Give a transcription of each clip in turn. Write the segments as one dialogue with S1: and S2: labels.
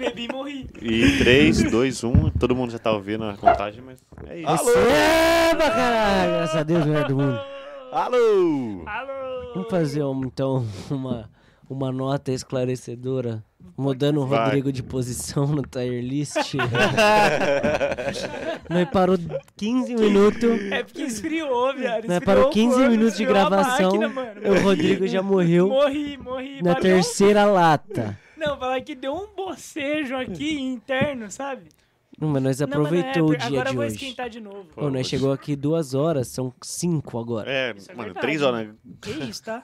S1: Bebi e morri.
S2: E 3, 2, 1, todo mundo já tá ouvindo a contagem, mas é isso.
S3: Alô?
S4: Eba, É, caralho! Graças a Deus, melhor do mundo.
S2: Alô!
S1: Alô!
S4: Vamos fazer, um, então, uma, uma nota esclarecedora. Mudando o
S2: Vai.
S4: Rodrigo de posição no tier list. Nós parou 15 minutos.
S1: É porque esfriou, viado.
S4: Né,
S1: Esfriou
S4: parou
S1: o
S4: 15
S1: forno,
S4: minutos de
S1: esfriou a
S4: gravação,
S1: é máquina, mano.
S4: O Rodrigo já morreu
S1: Morri, morri.
S4: na
S1: valeu.
S4: terceira lata.
S1: Não, falar que deu um bocejo aqui interno, sabe?
S4: Não, mas nós
S1: Não, mas não é,
S4: aproveitou
S1: agora
S4: o dia
S1: eu
S4: de
S1: vou
S4: hoje.
S1: esquentar de novo.
S2: Pô.
S4: Ô, nós chegou aqui duas horas, são cinco agora.
S2: É,
S1: Isso é
S2: mano,
S1: verdade.
S2: 3 horas. né?
S1: Que isso, tá?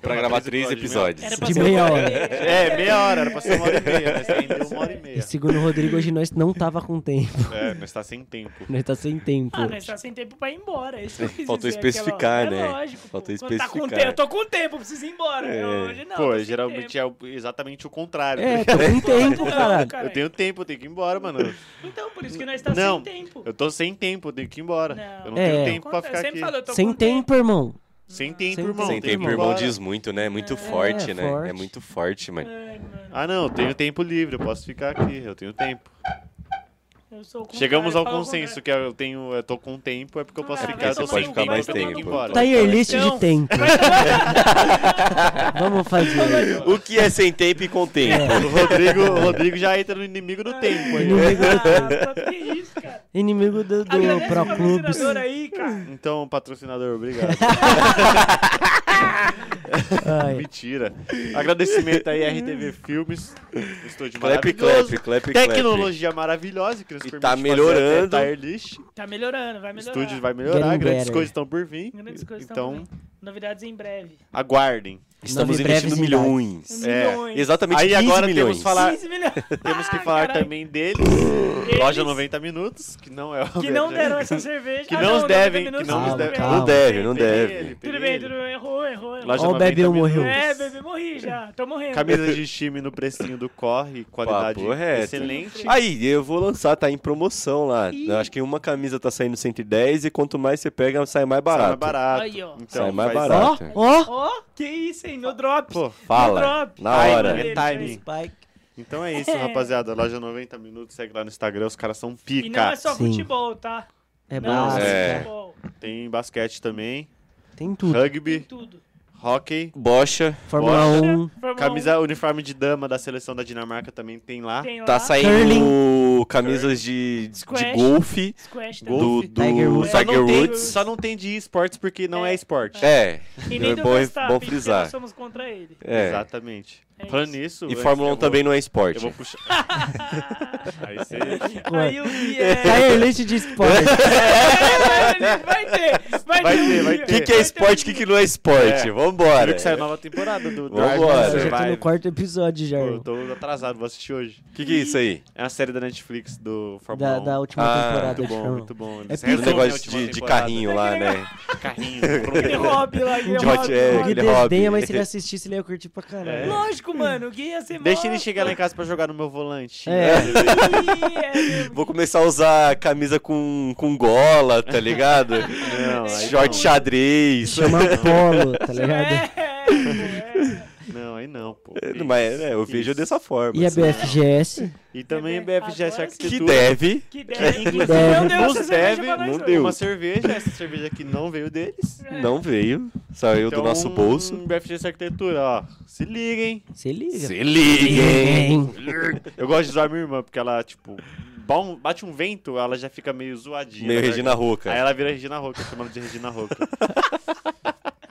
S3: Pra gravar três episódios.
S1: Era pra
S4: De
S1: ser um
S4: meia
S1: uma-
S4: hora.
S2: É, meia hora, era pra ser uma hora e meia, mas rendeu uma hora e meia.
S4: E segundo o Rodrigo, hoje nós não tava com tempo.
S2: É, mas tá sem tempo.
S4: Nós tá sem tempo.
S1: Ah, nós tá sem tempo pra ir embora. é Isso que eu quis
S3: Faltou
S1: dizer, aquela
S3: especificar,
S1: hora.
S3: né?
S1: É lógico.
S3: Faltou
S1: pô. Quando Tá com
S3: especificar.
S1: tempo, eu tô com tempo, eu preciso ir embora.
S3: É.
S1: Hoje não. tô
S2: Pô,
S1: tá sem
S2: geralmente é o- exatamente o contrário.
S4: É, tô com tempo,
S1: Não,
S4: caralho.
S1: cara.
S2: Eu tenho tempo, eu tenho que ir embora, mano.
S1: tempo. Então, por isso que nós tá
S2: Não,
S1: sem tempo.
S2: Eu tô sem tempo, eu tenho que ir embora. Eu não
S4: É.
S2: tenho tempo pra
S1: Conta-
S2: ficar
S1: eu
S2: aqui.
S1: sempre assim, falo, eu tô
S4: Sem
S1: com
S4: tempo, irmão.
S2: Sem tempo,
S4: Sem
S2: irmão. tenho
S4: tem
S3: Sem
S2: que
S3: tempo,
S2: ir
S3: irmão
S2: embora.
S3: diz muito, né? Muito forte, né?
S4: forte.
S3: É muito forte, mano.
S1: Ai, mano,
S2: Ah, não, eu tenho tempo livre, eu posso ficar aqui, eu tenho tempo.
S1: eu sou o contrário,
S2: Chegamos ao
S1: fala o
S2: consenso
S1: contrário.
S2: que eu tenho, eu tô com tempo, é porque eu posso
S1: Ah,
S2: ficar,
S1: vai
S2: eu tô
S1: tomar
S2: sem
S1: no cu,
S2: tempo,
S1: vai
S2: eu tenho
S1: tomar
S2: que ir
S1: no cu.
S2: embora.
S3: Tá
S4: Tier list Tá de
S1: Então-
S4: tempo. Vamos fazer.
S3: O que é sem tempo e com tempo?
S2: O Rodrigo, o Rodrigo já entra no inimigo do tempo aí.
S4: Inimigo-
S1: Ah, pô, que isso, cara.
S4: Inimigo do, do
S1: Agradece o
S4: Pro Clubes.
S1: patrocinador tá aí, cara.
S2: Então, patrocinador, obrigado.
S4: Ai.
S2: Mentira. Agradecimento aí,
S1: Hum.
S2: RTV Filmes. um Estúdio
S3: Clap,
S2: maravilhoso.
S3: clap, clap, clap.
S2: Tecnologia maravilhosa que nos
S3: E
S2: permite
S3: tá
S2: fazer
S3: melhorando.
S2: até tire list.
S1: Tá melhorando, vai
S2: O
S1: melhorar.
S2: estúdio vai melhorar,
S4: Getting
S2: grandes
S4: better.
S2: coisas estão por vir.
S1: Grandes coisas tão
S2: então,
S1: por Novidades em breve.
S2: aguardem.
S3: Estamos
S4: Nove breves
S3: investindo
S4: idades.
S3: milhões.
S2: É.
S1: Milhões.
S3: Exatamente
S2: Aí
S3: 15
S2: agora
S3: milhões.
S2: temos falar-
S1: 15 milhões.
S2: Temos que
S1: Ah,
S2: falar
S1: caralho.
S2: também deles.
S1: Eles
S2: Loja 90 Minutos, que não é o
S1: Que não deram essa cerveja.
S2: Que
S1: Ah,
S2: não nos
S1: 90
S2: devem, que
S1: minutos,
S2: não
S4: nos
S1: tudo
S4: devem. né?
S1: bem.
S3: Não deve, não deve.
S1: Tudo bem, tudo bem. Errou, errou. errou.
S2: Loja
S4: Ó, o
S2: 90
S4: Bebel
S2: Minutos.
S4: morreu.
S1: É, bebê, morri já. Tô morrendo.
S2: Camisas de time no precinho do corre, qualidade
S3: Papo reto.
S2: excelente.
S3: Aí, eu vou lançar, tá em promoção lá.
S1: Ih.
S3: Eu acho que uma camisa tá saindo 110 e quanto mais você pega, sai mais
S2: Sai
S3: barato.
S2: mais barato.
S1: Aí, ó.
S2: Então,
S3: Sai mais
S2: faz-
S4: Ó,
S3: barato.
S4: ó.
S1: Ó, que isso, hein? No drop.
S2: Pô,
S3: Fala,
S1: No drop.
S3: na hora.
S1: Ai, né?
S2: É timing.
S4: Spike.
S2: Então é isso, rapaziada. Loja 90 Minutos, segue lá no Instagram, os caras são pica.
S1: E não é só
S4: Sim.
S1: futebol, tá?
S4: É bom.
S1: não,
S3: É.
S1: futebol.
S2: Tem basquete também,
S4: Tem tudo.
S1: Tem
S2: rugby,
S1: tudo.
S2: hockey,
S3: Bocha,
S4: Fórmula 1.
S1: Fórmula 1
S2: camisa, uniforme de dama da seleção da Dinamarca também tem lá.
S1: tem um lá.
S3: tá saindo camisas de, de
S1: Squash.
S3: golfe,
S1: Squash também.
S3: do, do
S4: Tiger Woods.
S2: Só não,
S3: Tiger
S2: tem,
S3: Woods.
S2: só não tem de esportes porque não é,
S1: É.
S2: esporte.
S3: É,
S1: E nem
S3: é
S1: do
S3: bom,
S1: Verstappen,
S3: bom
S1: porque
S3: frisar.
S1: Nós somos contra ele.
S3: É.
S2: Exatamente.
S1: É
S2: Falando nisso.
S3: E Fórmula 1 também não é esporte.
S2: Eu vou puxar. Aí você.
S1: Ah, Aí o Gui é...
S4: Tier list Tá de esporte.
S1: É, vai ter, vai ter.
S2: Vai
S1: um
S2: ter, vai
S1: Gui.
S3: O que, que é
S1: Vai ter
S3: esporte? O
S1: um
S3: que, que não é esporte?
S2: É.
S3: Vambora.
S2: Viu que saiu a nova temporada do
S3: Vambora.
S2: Drive
S3: Eu
S4: Eu
S2: to
S4: já tô tá no
S2: Survive.
S4: quarto episódio já.
S2: Pô,
S4: irmão.
S2: eu tô atrasado, vou assistir hoje.
S3: O que, que é isso aí?
S2: É uma série da Netflix do Fórmula
S4: Da,
S2: 1.
S4: da última
S3: Ah,
S4: temporada.
S2: Muito
S4: de
S2: bom,
S4: Fórmula
S2: muito bom.
S4: É
S2: Eles
S4: pica.
S3: Do
S2: resolvem
S4: Não,
S2: a
S3: negócio
S2: última
S3: de, de
S2: temporada.
S3: carrinho lá, né?
S2: Carrinho.
S1: Aquele é
S3: é?
S1: hobby lá, aquele
S3: Hobby,
S1: hobby.
S3: é,
S4: O Gui
S1: hobby.
S3: aquele
S4: desdenha,
S3: hobby.
S4: mas se ele assistisse, ele ia curtir pra caralho.
S1: Lógico, mano, o Gui ia ser
S2: Deixa
S1: mó-
S2: ele chegar lá em casa pra jogar no meu volante.
S4: É.
S1: Ih, é mesmo.
S3: Vou começar a usar camisa com, com gola, tá ligado?
S2: Não, aí
S3: Short
S2: não.
S3: xadrez.
S4: Chama Polo, tá ligado?
S1: É, pô, é.
S2: Não, aí não, pô.
S3: É, Mas é, eu vejo
S2: Isso.
S3: dessa forma.
S4: E a
S3: assim.
S4: BFGS?
S2: E também
S1: Agora
S2: BFGS
S1: sim.
S3: Que
S2: Arquitetura.
S3: deve.
S1: Que deve,
S2: Inclusive,
S4: deve.
S1: não deu
S2: nos
S1: essa cerveja
S2: deve
S1: pra nós,
S2: não deu. uma cerveja. Essa cerveja aqui não veio deles.
S3: Não veio. Saiu
S2: É. Então,
S3: do nosso bolso.
S2: BFGS Arquitetura, ó. Se liga, hein.
S4: Se liga.
S3: Se liga, hein?
S2: Eu gosto de usar minha irmã, porque ela, tipo, ba- um- bate um vento, ela já fica meio zoadinha.
S3: Meio
S2: né?
S3: Regina Roca.
S2: Aí ela vira Regina Roca, chamando de Regina Roca.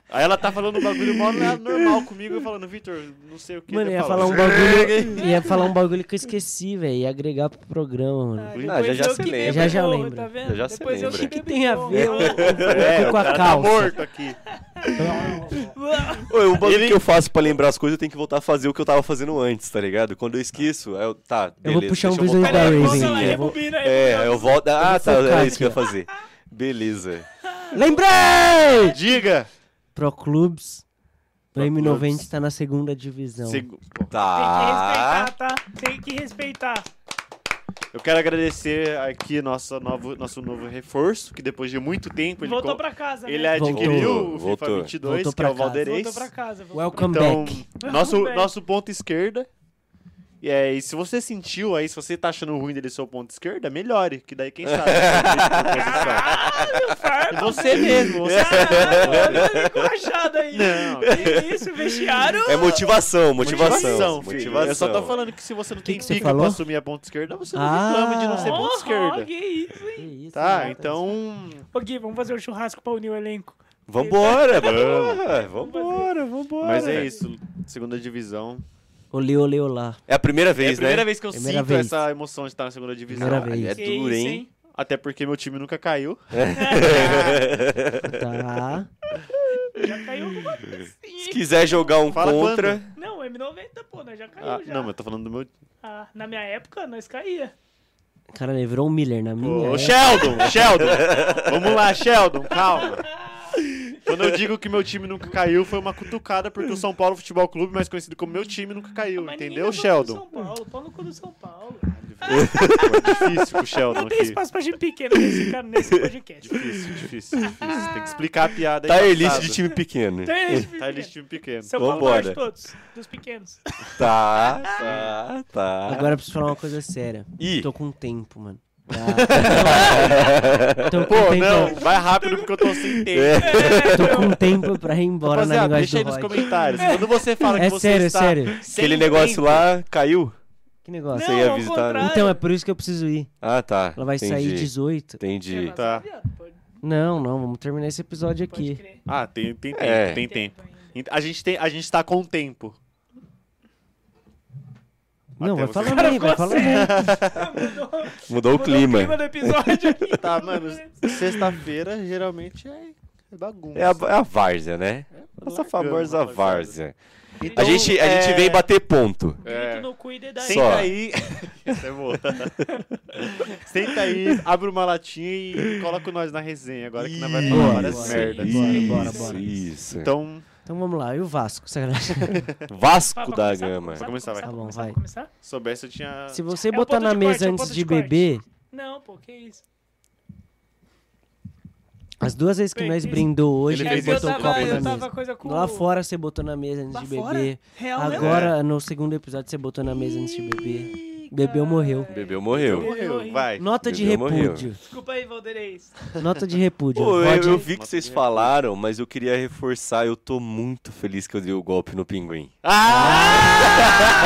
S2: Aí ela tá falando um bagulho mó na- normal comigo, eu falando, Vitor, não sei o que.
S4: Mano,
S2: eu
S4: ia
S2: falo,
S4: falar um bagulho. Ia falar um bagulho que eu esqueci, velho. Ia agregar pro programa, mano.
S1: Depois
S3: Ah, já já
S1: eu
S3: se
S1: que
S3: lembra.
S4: Já já
S1: bebo,
S4: lembra.
S1: Tá vendo?
S3: Já já se
S1: Depois
S3: lembra.
S1: eu
S4: O que tem a
S1: bebo.
S4: ver
S2: É,
S4: com
S2: o
S4: a
S2: cara tá
S4: calça.
S2: morto aqui.
S4: Então,
S3: Ô, O bagulho
S2: Ele-
S3: que eu faço pra lembrar as coisas, eu tenho que voltar a fazer o que eu tava fazendo antes, tá ligado? Quando eu esqueço, aí eu, tá, beleza.
S4: Eu vou puxar um
S3: deixa eu
S4: visual
S3: voltar
S4: da
S3: a fazer.
S4: Raven.
S1: lá,
S4: eu vou-
S1: rebobina,
S3: É,
S1: rebobina.
S3: aí eu volto. Ah, tá,
S4: focar
S3: é isso que eu ia
S4: aqui, ó.
S3: fazer. Beleza.
S4: Lembrei!
S2: Diga!
S4: Pro Clubes. O
S2: Pro
S4: M90
S2: Clubes.
S4: está na segunda divisão.
S2: Segu- Ah.
S1: Tem que
S3: Tá.
S1: respeitar, tá? Tem que respeitar.
S2: Eu quero agradecer aqui nosso novo, nosso novo reforço, que depois de muito tempo ele,
S1: Voltou
S2: co-
S1: pra casa, né?
S2: ele é adquiriu o FIFA
S3: Voltou.
S2: 22,
S4: Voltou
S2: que
S4: pra
S2: é o
S4: casa.
S2: Valdeirês.
S1: Voltou pra casa. voltou.
S4: Welcome
S2: Então,
S4: back.
S2: nosso,
S1: Welcome back.
S2: nosso ponto esquerda, E, é, e se você sentiu aí, se você tá achando ruim dele ser o ponto de esquerda, melhore, que daí quem sabe.
S1: Caralho,
S2: E
S1: Farpa!
S2: você mesmo, você
S1: Caralho, olha ele corajado aí.
S2: Não,
S1: Que isso, vestiário?
S3: É motivação, motivação. Motivação.
S2: filho. Eu só tô falando que se você não tem
S4: que você
S2: pica
S4: falou?
S2: pra assumir a ponta esquerda, você não
S4: Ah.
S2: reclama de não ser ponta
S1: Porra,
S2: esquerda.
S1: que isso, hein?
S4: Que isso, né,
S2: Tá,
S4: hein,
S2: então.
S1: Ô, Gui, vamos fazer um churrasco pra unir o elenco. um
S3: Vambora, vambora, vambora, vambora.
S2: Mas é isso. Segunda divisão.
S4: Olê, olê, olá.
S3: É a
S2: É
S3: primeira
S2: a
S3: vez,
S2: primeira
S3: né?
S2: vez que eu
S4: Primeira
S2: sinto
S4: vez.
S2: essa emoção de estar na segunda divisão.
S4: Primeira vez.
S3: É
S1: Que
S3: duro,
S1: isso,
S3: hein?
S2: Até porque meu time nunca caiu.
S4: Tá.
S1: Já caiu alguma coisa
S3: Se
S1: assim.
S3: quiser jogar um
S2: Fala
S3: contra.
S1: Não, M90, pô, nós já caiu
S2: Ah,
S1: já.
S2: não, mas eu tô falando do meu.
S1: Ah, na minha época, nós caía.
S4: Caralho, ele virou um Miller na minha.
S2: Ô,
S3: Hum, é.
S4: época.
S2: Sheldon! Sheldon! Vamos lá, Sheldon, calma. Quando eu digo que meu time nunca caiu, foi uma cutucada porque o São Paulo Futebol Clube, mais conhecido como meu time, nunca caiu,
S1: Mas ninguém é
S2: entendeu,
S1: levou pro
S2: Sheldon?
S1: São Paulo, pau no cu do São Paulo.
S2: Pô, é difícil com o Sheldon
S1: Não tem
S2: aqui.
S1: espaço pra gente pequeno nesse, cara, nesse podcast.
S2: Difícil, difícil, difícil. Tem que explicar a piada
S3: Tá
S2: aí.
S3: elite de time pequeno.
S1: Então é isso,
S2: Tá
S1: pequeno.
S2: elite de time pequeno.
S1: São Paulo
S3: Vambora.
S1: maior de todos, dos pequenos.
S3: Tá, tá, tá.
S4: Agora eu preciso falar uma coisa séria.
S3: Ih.
S4: Tô com tempo, mano. Tá. Tô com
S2: Pô,
S4: tempo.
S2: não, vai rápido porque eu tô sem tempo.
S3: É.
S4: Tô com tempo pra ir embora na
S2: Rapaziada,
S4: linguagem
S2: deixa aí
S4: do
S2: nos
S4: rock.
S2: comentários. Quando você fala que
S4: É
S2: você
S4: sério, é
S2: está
S4: sério.
S2: sem
S3: Aquele negócio
S2: um tempo,
S3: lá caiu?
S4: Que negócio?
S3: Você ia
S1: ao
S3: visitar,
S1: contrário.
S3: né?
S4: Então, é por isso que eu preciso ir.
S3: Ah, tá.
S4: Ela vai sair
S3: Entendi,
S4: 18.
S3: Entendi.
S1: Nossa,
S2: Tá.
S1: viado, pode-
S4: Não, não, vamos terminar esse episódio
S1: Pode
S4: aqui.
S1: crer.
S2: Ah, tem, tem tempo,
S3: É.
S2: tem tempo. Ent- A gente, tem, a gente tá com tempo.
S4: Não, vai
S2: Mateus,
S4: falando
S1: cara, assim?
S4: aí, vai falando aí.
S1: Mudou, mudou
S3: Mudou o clima.
S1: do episódio aqui.
S2: Tá, mano, sexta-feira geralmente é é bagunça.
S3: É a, é a várzea, né? Nossa
S2: largando,
S3: famosa
S2: É rapaziada.
S3: várzea.
S2: Então,
S3: A gente, a
S2: é,
S3: gente vem bater ponto.
S2: É.
S1: Grito no cu e dedada.
S3: Sem- Só.
S2: Senta aí. Isso é boa. Senta aí, abre uma latinha e coloca nós na resenha agora que nós vai falar
S4: Boa,
S2: várias
S4: boa,
S2: merdas.
S4: boa.
S3: Isso,
S4: Bora, bora, bora.
S3: isso. é.
S2: Então,
S4: Então vamos lá, e o Vasco, sacanagem.
S3: Então, Vasco
S1: Vamos
S3: da
S1: começar?
S3: Gama.
S1: Vamos
S2: começar, vai.
S4: Tá bom,
S1: começar,
S4: vai.
S1: começar?
S2: soubesse eu tinha.
S4: Se você
S1: É o
S4: botar
S1: ponto
S4: na
S1: de corte,
S4: mesa
S1: é o
S4: antes
S1: ponto
S4: de
S1: de corte.
S4: beber,
S1: Não, pô, que isso.
S4: as duas vezes que
S1: Bem,
S4: nós
S1: isso.
S4: brindou hoje,
S2: Ele
S4: ele
S2: fez isso
S4: botou o
S2: com
S4: copo
S2: bem,
S1: eu
S4: na
S1: tava
S4: mesa.
S1: coisa com...
S4: Lá fora você botou na mesa antes
S1: Lá
S4: de
S1: fora? É
S4: beber.
S1: Real
S4: Agora, no segundo episódio, você botou na mesa antes de beber.
S1: mesmo?
S4: Bebeu,
S1: Ih,
S4: morreu.
S1: cara.
S3: Bebeu, morreu.
S2: Morreu, vai.
S4: Nota de
S3: Bebeu, morreu.
S4: repúdio.
S1: Desculpa aí, Valdeirês.
S4: Nota de repúdio.
S3: Pô, eu,
S4: Pode-
S3: eu vi que vocês falaram, mas eu queria reforçar. Eu tô muito feliz que eu dei o golpe no pinguim.
S2: Ah!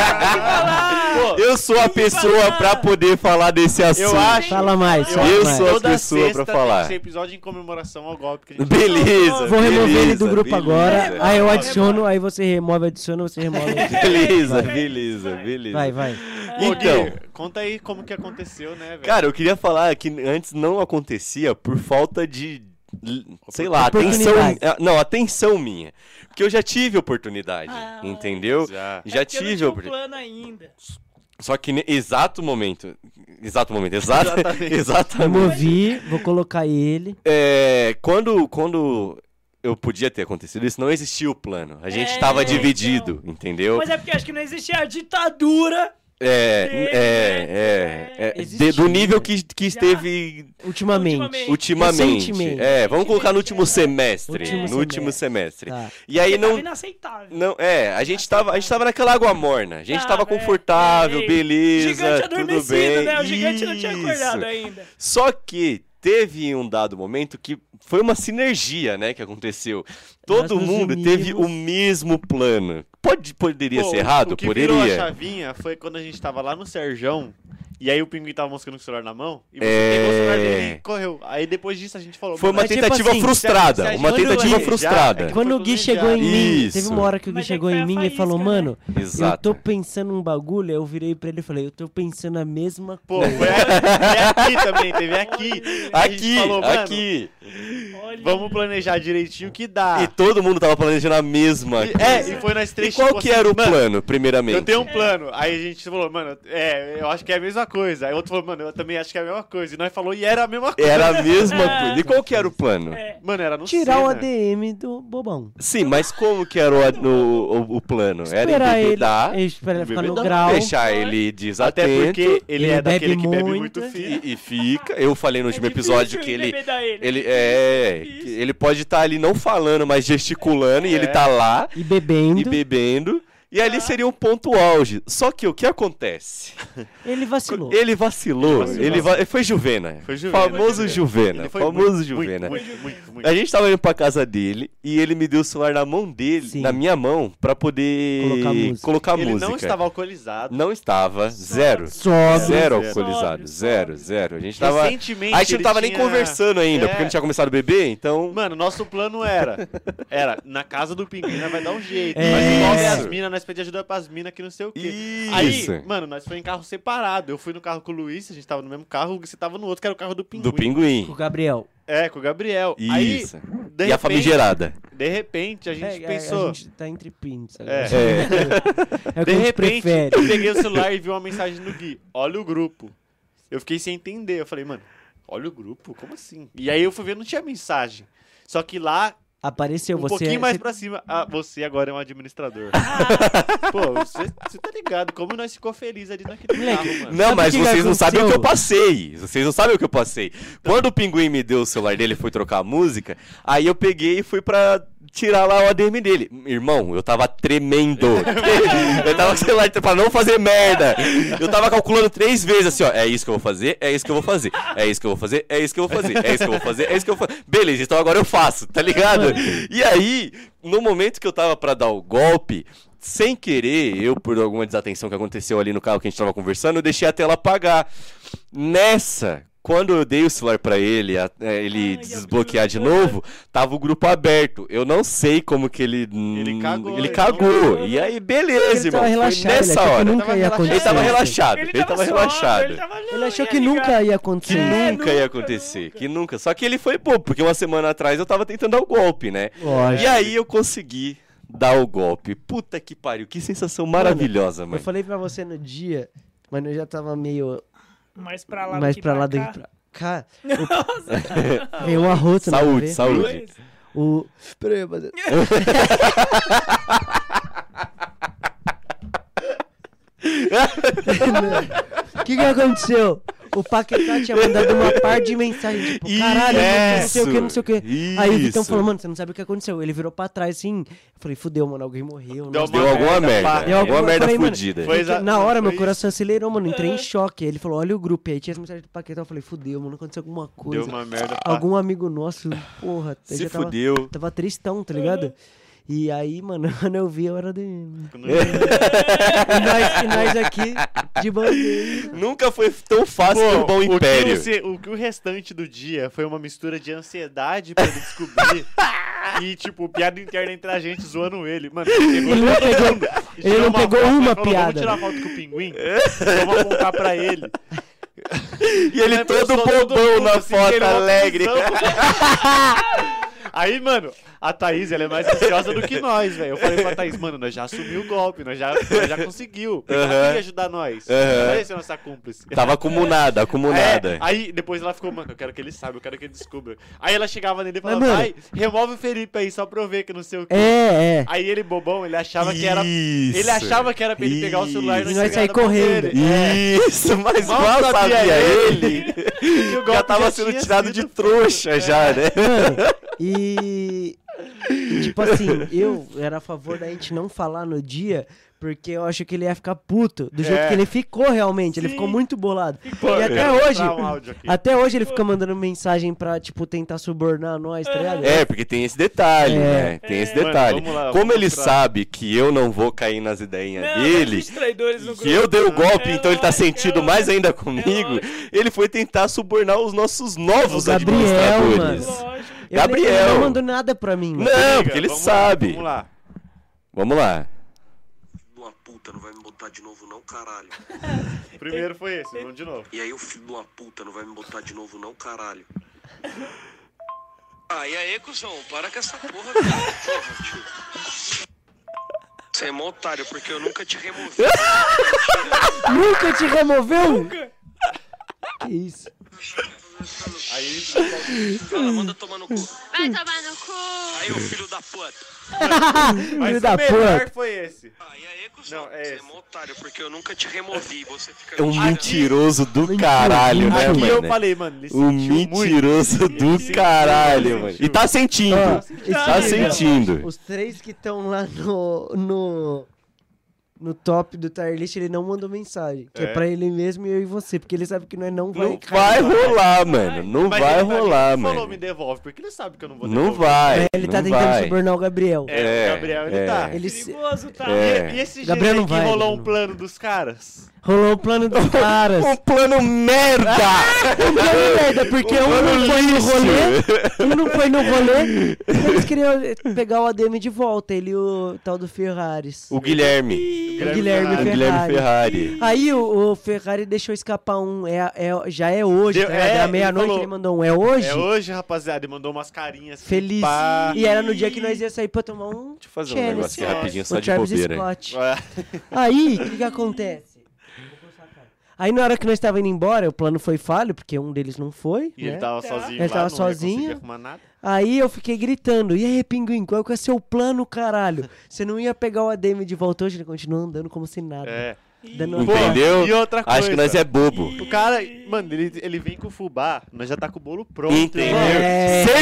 S2: Pô,
S3: Eu sou a pessoa
S1: falar!
S3: pra poder falar desse assunto.
S2: acho-
S4: Fala mais,
S2: Eu
S4: fala
S3: acho-
S4: mais.
S3: sou a
S2: toda
S3: pessoa pra
S2: sexta tem
S3: falar.
S2: Esse episódio em comemoração ao golpe que a gente
S3: Beleza.
S4: Vou remover ele
S3: beleza,
S4: do grupo
S3: beleza.
S4: agora. Aí eu
S2: Beleza.
S4: adiciono, aí você remove, adiciona, você remove.
S3: Beleza,
S4: Vai.
S3: beleza, beleza.
S4: Vai, vai.
S2: Ô, Gui,
S3: Então,
S2: conta aí como que aconteceu, né, velho?
S3: cara, eu queria falar que antes não acontecia por falta de. Sei lá, atenção. é,
S4: Oportunidade.
S3: Não, atenção minha. Porque eu já tive oportunidade,
S1: Ah.
S3: entendeu?
S2: já.
S3: Já
S1: É porque eu não
S3: tive
S1: tinha um
S3: oportunidade.
S1: plano ainda.
S3: Só que ne- exato momento. Exato momento, exato.
S2: Exatamente.
S3: exatamente.
S4: Removi, vou colocar ele.
S3: É, quando, quando eu podia ter acontecido isso, não existia o plano. A gente
S1: É,
S3: tava
S1: então.
S3: dividido, entendeu?
S1: Mas é porque acho que não existia a ditadura.
S3: É,
S1: Teve, né?
S3: é, é, é.
S4: Existia.
S3: de- do nível que, que
S1: Já.
S3: esteve
S4: Ultimamente.
S1: Ultimamente.
S3: ultimamente.
S4: Recentemente.
S3: É, vamos colocar no último semestre.
S4: Último
S3: no último semestre.
S4: Tá.
S3: E aí
S1: Porque né? tava
S3: não.
S1: inaceitável.
S3: Não, é, a gente tava, a gente tava naquela água morna. A gente
S1: Tava,
S3: tava
S1: é.
S3: confortável,
S1: É,
S3: beleza.
S1: Gigante
S3: tudo
S1: adormecido,
S3: bem.
S1: né? O gigante não tinha acordado
S3: Isso.
S1: ainda.
S3: Só que teve um dado momento que foi uma sinergia, né, que aconteceu. Todo
S4: nos
S3: mundo
S4: unimos.
S3: teve o mesmo plano. Pode, poderia
S2: Pô,
S3: ser errado?
S2: O que virou a
S3: Poderia.
S2: chavinha foi quando a gente tava lá no Serjão, e aí o pinguim tava moscando com o celular na mão, e você
S3: É.
S2: pegou o celular dele e correu. Aí depois disso a gente falou...
S3: Foi uma
S4: Mas, tipo
S3: tentativa
S4: assim,
S3: frustrada.
S2: se a gente-
S3: uma
S2: quando
S3: tentativa
S2: ele-
S3: frustrada.
S2: já- é que-
S4: Quando o
S2: Foi
S4: Gui
S2: planejado.
S4: chegou em mim,
S3: Isso.
S4: teve uma hora que o Gui
S1: Mas é que
S4: chegou
S1: foi
S4: em
S1: a
S4: mim e
S1: faísca,
S4: falou,
S1: né?
S4: mano,
S2: é.
S4: eu
S3: Exato.
S4: tô pensando um bagulho, aí eu virei pra ele e falei, eu tô pensando a mesma
S2: Pô,
S4: coisa.
S2: foi aqui, aqui também, teve aqui. A gente
S3: Aqui,
S2: falou, mano,
S3: aqui.
S1: Olha.
S2: Vamos planejar direitinho o que dá.
S3: E todo mundo tava planejando a mesma.
S2: Ah. E-
S3: coisa.
S2: é, e foi nós
S3: E
S2: três...
S3: qual
S2: tipo
S3: que
S2: assim,
S3: era o
S2: mano,
S3: plano, primeiramente?
S2: Eu tenho um plano. Aí a gente falou, mano, é, eu acho que é a mesma coisa. Aí o outro falou, mano, eu também acho que é a mesma coisa. E nós falou, e era a mesma coisa.
S3: Era a mesma coisa. E qual que era o plano?
S1: É,
S2: Mano, era no
S4: Tirar o
S2: Senna.
S4: ADM do bobão.
S3: Sim, mas como que era o, o, o- o plano?
S4: Esperar
S3: era
S4: ele,
S3: embebedar,
S4: eu esperar ele ficar no
S3: embebedar,
S4: grau.
S3: deixar ele desatento.
S2: Até porque ele,
S4: ele
S2: é daquele
S4: bebe
S2: que bebe
S4: muito.
S2: muito
S3: né?
S2: fino.
S3: E, e fica. Eu falei no
S2: É
S3: último
S1: é difícil
S3: episódio que ele.
S1: embebedar ele.
S3: Ele é.
S1: Difícil.
S3: que Ele pode estar ali não falando, mas gesticulando, e ele
S2: É. Ah.
S3: tá lá
S4: E bebendo.
S3: e bebendo. E ali seria um ponto auge. Só que o que acontece?
S4: Ele vacilou.
S3: Ele vacilou.
S2: Vacilou.
S3: Ele va- foi Juvena.
S2: Foi Juvena.
S3: Famoso Juvena.
S2: Ele foi
S3: Famoso
S2: muito,
S3: Juvena.
S2: Muito, muito, muito, muito.
S3: A gente tava indo pra casa dele e ele me deu o celular na mão dele,
S4: Sim.
S3: na minha mão, pra poder
S4: Colocar música.
S3: colocar
S2: Ele
S3: música.
S2: não estava alcoolizado.
S3: Não estava. Zero.
S4: Sobe.
S3: Zero
S2: Zero.
S3: alcoolizado.
S1: Sóbrio,
S3: Zero,
S1: sóbrio.
S3: zero. A gente tava. A
S2: Recentemente,
S3: gente não
S2: ele
S3: tava nem
S2: tinha-
S3: conversando ainda,
S2: É.
S3: porque não tinha começado a beber, então.
S2: Mano, nosso plano era. Era, na casa do Pinguim nós vai dar um jeito.
S4: É.
S2: Nós envolve
S3: Isso.
S2: as minas, nós pedimos ajuda pras minas que não sei o quê.
S3: Isso.
S2: Aí, mano, nós foi em carro separado. Eu fui no carro com o Luiz, a gente tava no mesmo carro, você tava no outro, que era o carro do Pinguim.
S3: Do pinguim.
S4: O Gabriel.
S2: É, com o Gabriel. Aí,
S3: Isso.
S2: de
S3: e a
S2: repente-
S3: famigerada.
S2: De repente, a gente
S4: É, é,
S2: pensou.
S4: a gente tá entre pins. agora.
S2: É.
S4: É o que
S2: De
S4: a gente
S2: repente,
S4: prefere.
S2: eu peguei o celular e vi uma mensagem no Gui. Olha o grupo. Eu fiquei sem entender. Eu falei, mano, olha o grupo? Como assim? E aí eu fui ver, não tinha mensagem. Só que lá,
S4: Apareceu
S2: um
S4: você. é
S2: pouquinho mais
S4: você-
S2: pra cima, ah, você agora é um administrador. Pô, você, você tá ligado como nós ficou feliz ali naquele carro, mano.
S3: Não,
S4: Sabe
S3: mas
S4: o que que
S3: vocês não sabem o que eu
S4: aconteceu?
S3: passei. Vocês não sabem o que eu passei. Quando o pinguim me deu o celular dele e foi trocar a música, aí eu peguei e fui pra tirar lá o ADM dele. Irmão, eu tava tremendo. eu tava com o celular pra não fazer merda. Eu tava calculando três vezes assim, ó. É isso que eu vou fazer, é isso que eu vou fazer. É isso que eu vou fazer, é isso que eu vou fazer. É isso que eu vou fazer, é isso que eu vou fazer. Beleza, então agora eu faço, tá ligado? E aí, no momento que eu tava pra dar o golpe, sem querer, eu, por alguma desatenção que aconteceu ali no carro que a gente tava conversando, eu deixei a tela apagar. Nessa, quando eu dei o celular pra ele, a- é, ele
S1: Ai,
S3: desbloquear de
S1: abriu.
S3: novo, tava o grupo aberto. Eu não sei como que ele.
S2: Ele cagou, né?
S3: Ele
S2: ele
S3: cagou.
S1: cagou.
S3: E aí, beleza,
S4: Ele
S3: irmão.
S4: tava
S3: Foi
S4: relaxado. ele
S3: nessa
S4: achou que
S3: hora.
S4: nunca ia
S2: Ele tava
S4: acontecer.
S3: Ele tava
S2: Sim.
S3: relaxado. Ele tá, tava
S1: sóbrio,
S3: relaxado.
S1: ele tava- não,
S4: Ele achou
S1: ia
S4: que
S1: ligar.
S4: nunca ia
S3: Que
S4: acontecer.
S1: É,
S3: nunca ia
S1: nunca,
S3: acontecer,
S1: nunca.
S3: que nunca. Só que ele foi bobo, porque uma semana atrás eu tava tentando dar o golpe, né?
S4: Lógico.
S3: E aí eu consegui dar o golpe. Puta que pariu, que sensação maravilhosa,
S4: Eu
S3: mano.
S4: falei pra você no dia, mas eu já tava meio
S1: Mais pra lá do
S4: mais
S1: que
S4: pra lá do
S1: cá. Ah.
S4: que pra cá.
S3: É,
S4: Veio uma rota na
S3: Saúde,
S4: veia.
S3: saúde.
S4: O... Peraí, rapaziada. O que que aconteceu? O Paquetá tinha mandado uma par de mensagem, tipo, caralho, não sei o que, não sei o que. Aí o Vitão
S3: Isso.
S4: falou, mano, você não sabe o que aconteceu. Ele virou pra trás, assim, eu falei, fudeu, mano, alguém morreu.
S2: Deu
S4: nossa,
S3: Deu alguma merda.
S2: pá.
S3: Deu alguma
S4: eu
S3: merda
S4: falei, mano,
S3: fudida.
S2: foi-
S4: porque
S2: exa-
S4: na hora, meu
S2: foi É.
S4: coração acelerou, mano. Entrei em choque. Ele falou: olha o grupo. E aí tinha as mensagens do Paquetá. Eu falei: fudeu, mano. Aconteceu alguma
S2: Deu
S4: coisa.
S2: uma merda. pá.
S4: Algum amigo nosso, porra. eu
S3: Se
S4: já tava,
S3: fudeu.
S4: tava tristão, tá
S2: É.
S4: ligado? E aí, mano, quando eu vi, eu era de. E
S2: Não ia-
S4: nós, e nós aqui, de bandeira.
S3: Nunca foi tão fácil
S2: Pô,
S3: derrubar um
S2: o que
S3: império.
S2: você- o que o restante do dia foi uma mistura de ansiedade pra ele descobrir. E, tipo, piada interna entre a gente zoando ele. Mano, ele pegou
S4: Ele não pegou- ele não pegou uma
S2: Vamos
S4: piada."
S2: tirar foto com o pinguim? Vamos apontar pra ele.
S3: E ele
S2: Aí
S3: todo
S2: pensou,
S3: bobão
S2: mundo,
S3: na
S2: assim, que
S3: foto,
S2: ele é uma
S3: alegre.
S2: confusão. Aí, mano, a Thaís, ela é mais ansiosa do que nós, velho. Eu falei pra Thaís, mano, nós já assumiu o golpe, nós já, nós já conseguiu. Por que ela
S3: Aham.
S2: queria ajudar nós?
S3: Aham. Tá
S2: Vai ser nossa cúmplice.
S3: Tava acumulada,
S2: É,
S3: acumulada.
S2: aí depois ela ficou, mano, eu quero que ele saiba, eu quero que ele descubra. Aí ela chegava nele e
S4: Mas,
S2: falava,
S4: mano-
S2: vai, remove o Felipe aí, só pra eu ver que não sei o quê.
S4: É, é.
S2: Aí ele, bobão, ele achava que era.
S3: Isso.
S2: Ele achava que era pra ele pegar o celular
S4: E
S2: não
S4: nós
S2: tinha
S4: sair
S2: nada pra
S4: correndo.
S2: ele.
S3: Isso, mas
S2: Mal
S3: mal, sabia,
S2: sabia
S3: ele.
S2: Que o golpe
S3: já tava sendo
S2: tinha
S3: tirado
S2: sido
S3: de trouxa já, né?
S4: Mano, e. e, Tipo assim, eu era a favor da gente não falar no dia, porque eu acho que ele ia ficar puto. Do jeito
S2: É.
S4: que ele ficou realmente. Ele
S1: Sim.
S4: ficou muito bolado.
S3: É.
S4: e
S2: eu
S4: até
S2: quero
S4: hoje.
S2: mostrar um áudio aqui.
S4: até hoje ele fica mandando mensagem pra, tipo, tentar subornar nós, tá ligado?
S3: É, porque tem esse detalhe,
S4: É.
S3: né? Tem esse
S2: Mano,
S3: detalhe.
S2: vamos lá, eu
S3: Como
S2: vou
S3: ele
S2: mostrar.
S3: sabe que eu não vou cair nas ideinhas
S1: Não, mas
S3: dele,
S1: os traidores no
S3: é que
S1: grupo.
S3: eu dei o golpe,
S1: É
S3: então ele tá
S1: lógico, é
S3: sentindo mais
S1: lógico,
S3: ainda comigo, ele foi tentar subornar os nossos novos
S4: O Gabriel,
S3: administradores.
S4: mano.
S1: É Lógico.
S4: Eu nem-
S3: Gabriel.
S4: Ele não mandou nada pra mim. mano.
S3: Não,
S2: Liga,
S3: porque ele
S2: vamos lá,
S3: sabe.
S2: vamos lá.
S3: Vamos lá.
S5: de uma puta não vai me botar de novo não, caralho.
S2: O primeiro foi esse, vamos de novo.
S5: E aí o filho de uma puta não vai me botar de novo não, caralho. Ah, e aí, cuzão? Para com essa porra, cara. Porra, tio. Você é mó otário, porque eu nunca te removi.
S4: Nunca te removeu? Que isso?
S2: Aí ele
S5: Fala, manda tomar no cu.
S6: Vai tomar no cu!
S5: Aí, ô filho da puta.
S4: Filho
S2: Mas
S4: da
S2: o melhor
S4: puta.
S2: foi esse.
S5: Ah, e aí, cuzão?
S2: Não, é
S5: Você é
S2: esse.
S5: mó otário, porque eu nunca te removi. Você fica
S3: É um
S5: me tirando.
S3: mentiroso do caralho, né,
S2: Aqui
S3: mano?
S2: eu falei, mano, ele
S3: O
S2: sentiu muito.
S3: mentiroso do
S2: Sentiu,
S3: caralho,
S2: sentiu.
S3: mano. E tá sentindo.
S4: Ó,
S3: Tá
S4: esse-
S3: sentindo.
S4: Os três que estão lá no, no, no top do tier list, ele não mandou mensagem. Que é,
S2: É.
S4: pra ele mesmo e eu e você. Porque ele sabe que nós não vai
S3: Não
S4: cair.
S3: vai rolar, mano. Não
S2: Mas
S3: vai
S2: ele pra mim
S3: rolar,
S2: não falou, me
S3: mano.
S2: devolve, porque ele sabe que eu não vou
S3: Não
S2: devolver.
S3: vai.
S4: É, ele tá
S3: não
S4: tentando
S3: vai.
S4: subornar o Gabriel.
S2: É,
S3: É,
S2: o Gabriel, ele
S3: é.
S2: tá.
S4: Ele se-
S1: Perigoso, tá?
S3: É.
S2: E, e esse
S4: Gabriel
S2: Gabriel
S4: não
S2: que
S4: vai,
S2: rolou
S4: Bruno.
S2: um plano dos caras?
S4: Rolou o plano dos caras.
S3: Um plano merda!
S4: Um plano merda, porque um não foi no rolê, um não foi no rolê, e eles queriam eh, pegar o ADM de volta, ele e o tal do Ferraris.
S3: o Guilherme.
S1: Ih,
S4: O Guilherme
S3: O
S2: Ferrari.
S3: Guilherme Ferrari.
S4: Aí o, o Ferrari deixou escapar um, é, é- já é hoje,
S2: Deu-
S4: tá ligado?
S2: é,
S4: Era
S2: ele
S4: meia-noite,
S2: falou,
S4: ele mandou um, é hoje?
S2: É hoje, rapaziada, ele mandou umas carinhas. assim,
S4: Feliz.
S2: pá.
S4: E era no dia que nós ia sair pra tomar um
S3: Deixa eu fazer um
S4: Chelsea,
S3: negócio aqui
S2: é.
S3: rapidinho, só
S4: o
S3: de
S4: Travis
S3: bobeira. aí.
S4: Scott. Aí, o que, que acontece? Aí na hora que nós tava indo embora, o plano foi falho, porque um deles não foi,
S2: E ele
S4: né?
S2: tava sozinho
S4: Ele
S2: lá,
S4: tava
S2: não ia
S4: sozinho.
S2: conseguir arrumar nada.
S4: Aí eu fiquei gritando, e aí, pinguim, qual que é seu plano, caralho? Você não ia pegar o ADM de volta hoje? Ele continua andando como se nada.
S2: É.
S4: Dando
S2: Pô,
S3: Entendeu?
S2: e outra
S3: Acho que
S2: coisa.
S3: nós é bobo.
S2: O cara, mano, ele, ele vem com o fubá, nós já tá com o bolo pronto.
S3: Entendeu?
S2: irmão.
S4: É.
S2: Nós já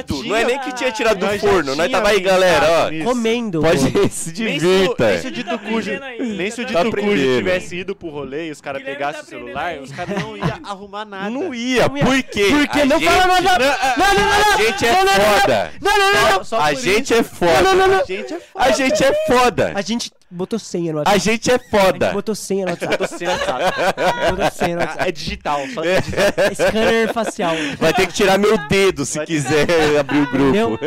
S3: Servindo. Não
S2: tinha-
S3: é nem que tinha tirado do
S2: Nós já
S3: forno. Nós
S2: tinha
S3: tava aí,
S2: pensado
S3: galera, ó.
S2: nisso.
S4: comendo. mano.
S3: Pode
S2: Nem
S3: se
S2: se o-
S3: divirta.
S2: Nem se o Dito Cujo,
S1: tá aprendendo ainda,
S2: nem se o
S1: tá
S2: Dito Cujo
S3: aprendendo.
S2: tivesse ido pro rolê e os caras
S1: Guilherme tá
S2: pegassem o
S1: aprendendo
S2: celular,
S1: ainda.
S2: os caras não iam arrumar nada.
S3: Não ia.
S4: ia.
S3: Por quê?
S4: Porque
S3: A
S4: não
S3: gente-
S4: fala nada.
S3: Não,
S4: Não, não, não,
S3: A
S4: não.
S3: gente é
S4: Não, não, não, não.
S3: foda.
S4: Não, não, não, não.
S2: Só
S3: A
S2: por
S3: gente é
S4: Não, não,
S3: foda.
S4: não,
S2: A
S4: não.
S2: gente é foda.
S3: A gente é foda.
S4: A gente botou senha no
S3: A
S4: WhatsApp.
S3: gente é
S4: A gente
S3: foda.
S4: botou senha no WhatsApp. botou senha no WhatsApp.
S2: É digital, só
S3: É.
S4: Scanner facial.
S3: Vai ter que tirar meu dedo se
S2: Vai-
S3: quiser abrir o
S4: Entendeu?
S3: grupo.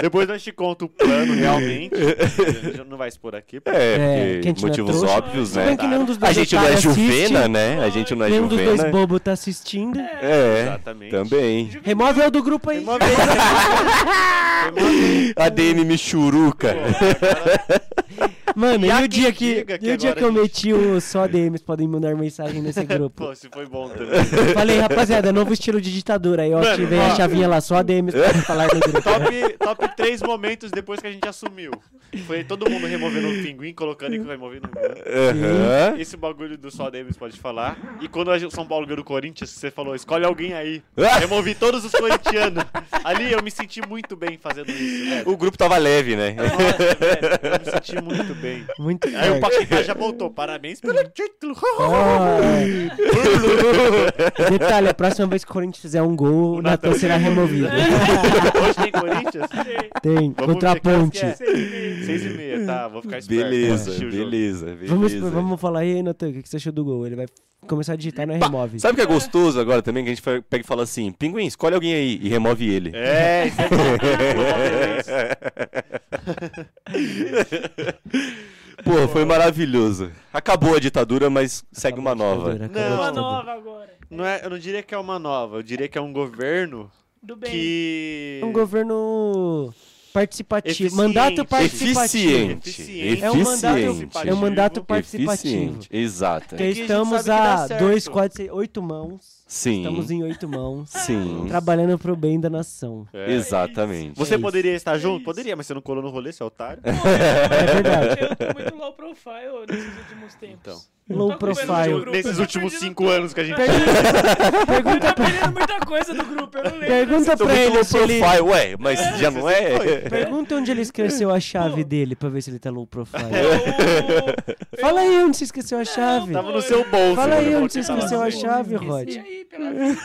S2: Depois nós te conta o plano realmente. A gente não vai expor aqui. porque
S3: É,
S4: É, que a
S3: porque
S4: gente não é
S3: motivos
S4: trouxa.
S3: óbvios,
S4: Se bem
S3: né?
S4: que nenhum dos
S3: A
S4: dois
S3: gente não é
S4: otários assiste,
S3: Juvena, né? A gente não é
S4: Nenhum dos dois
S3: Juvena.
S4: bobo tá assistindo.
S3: É,
S2: Exatamente. né?
S3: também.
S4: Remove eu do grupo aí.
S2: Remove eu.
S3: ADM Michuruca.
S4: Mano, e,
S2: Já
S4: o
S2: que
S4: dia que,
S2: diga que
S4: e o dia
S2: agora
S4: que eu
S2: a gente-
S4: meti o só DMs podem mandar mensagem nesse grupo?
S2: Pô, se foi bom também.
S4: Falei, rapaziada, novo estilo de ditadura. Aí eu
S2: Mano,
S4: ativei
S2: ó.
S4: a chavinha lá, só DMs podem falar no grupo.
S2: Top, top 3 momentos depois que a gente assumiu. Foi todo mundo removendo o pinguim, colocando e removendo o
S3: Aham.
S2: Esse bagulho do só Davis pode falar. E quando o São Paulo ganhou do Corinthians, você falou, escolhe alguém aí.
S3: Ah!
S2: Removi todos os corintianos. Ali eu me senti muito bem fazendo isso, velho.
S3: O grupo tava leve,
S2: É,
S3: né?
S2: Nossa, velho, eu me senti muito bem.
S4: Muito
S2: Aí o
S3: É.
S4: forte.
S2: Paquetá já voltou. Parabéns pelo título.
S4: Ah, é. Detalhe, a próxima vez que o Corinthians fizer um gol, o Natan será removido.
S2: Hoje tem Corinthians?
S4: Tem,
S2: Vamos
S4: contra a
S2: ver que horas que
S4: ponte.
S2: é. Seis e meia, tá? Vou ficar esperto.
S3: Beleza,
S2: assistir o jogo.
S3: beleza,
S4: Vamos,
S3: beleza.
S4: vamos falar, e aí, Natan, o que você achou do gol? Ele vai começar a digitar, não é remove.
S3: Sabe o que é gostoso agora também? Que a gente fa- pega e fala assim: Pinguim, escolhe alguém aí e remove ele.
S2: É, isso
S1: né?
S2: é
S3: Pô, foi maravilhoso. Acabou a ditadura, mas segue é uma nova.
S4: Ditadura, acabou
S2: Não.
S1: Uma
S4: a ditadura.
S1: nova agora.
S2: não é, eu não diria que é uma nova, eu diria que é um governo
S1: Do bem.
S2: que.
S4: É um governo participativo.
S2: Eficiente.
S4: Mandato participativo.
S2: Eficiente.
S3: Eficiente. Eficiente.
S4: É um mandato- É um mandato participativo.
S3: Eficiente. Exato.
S4: Porque
S2: É que a gente
S4: estamos
S2: sabe que dá
S4: a
S2: certo.
S4: 2, 4, 6, 8 mãos.
S3: Sim.
S4: Estamos em oito mãos.
S3: Sim.
S4: Trabalhando pro bem da nação.
S2: É.
S3: Exatamente.
S2: Você
S4: É isso.
S2: poderia estar junto?
S1: isso.
S2: Poderia, mas você não colou no rolê, seu otário.
S4: É verdade.
S1: Eu tô muito low profile nesses últimos tempos.
S2: Então.
S4: Low
S1: Tô com pena do
S4: profile.
S1: grupo, eu
S2: Nesses
S1: tô
S2: últimos
S1: perdendo
S2: cinco
S1: tudo.
S2: anos que a gente. tá
S1: Eu tô perdendo muita coisa do grupo, eu não lembro.
S4: Pergunta
S3: Tô
S4: pra
S3: é muito
S4: ele
S3: low
S4: se ele...
S3: profile. Ué, mas já não é?
S4: Pergunta onde ele esqueceu a chave dele pra ver se ele tá low profile.
S1: Eu-
S4: Fala aí onde você esqueceu a chave.
S2: Tava no seu bolso.
S4: Fala aí
S2: mano.
S4: onde você esqueceu a chave, Rod.
S1: Esqueci aí pela vida.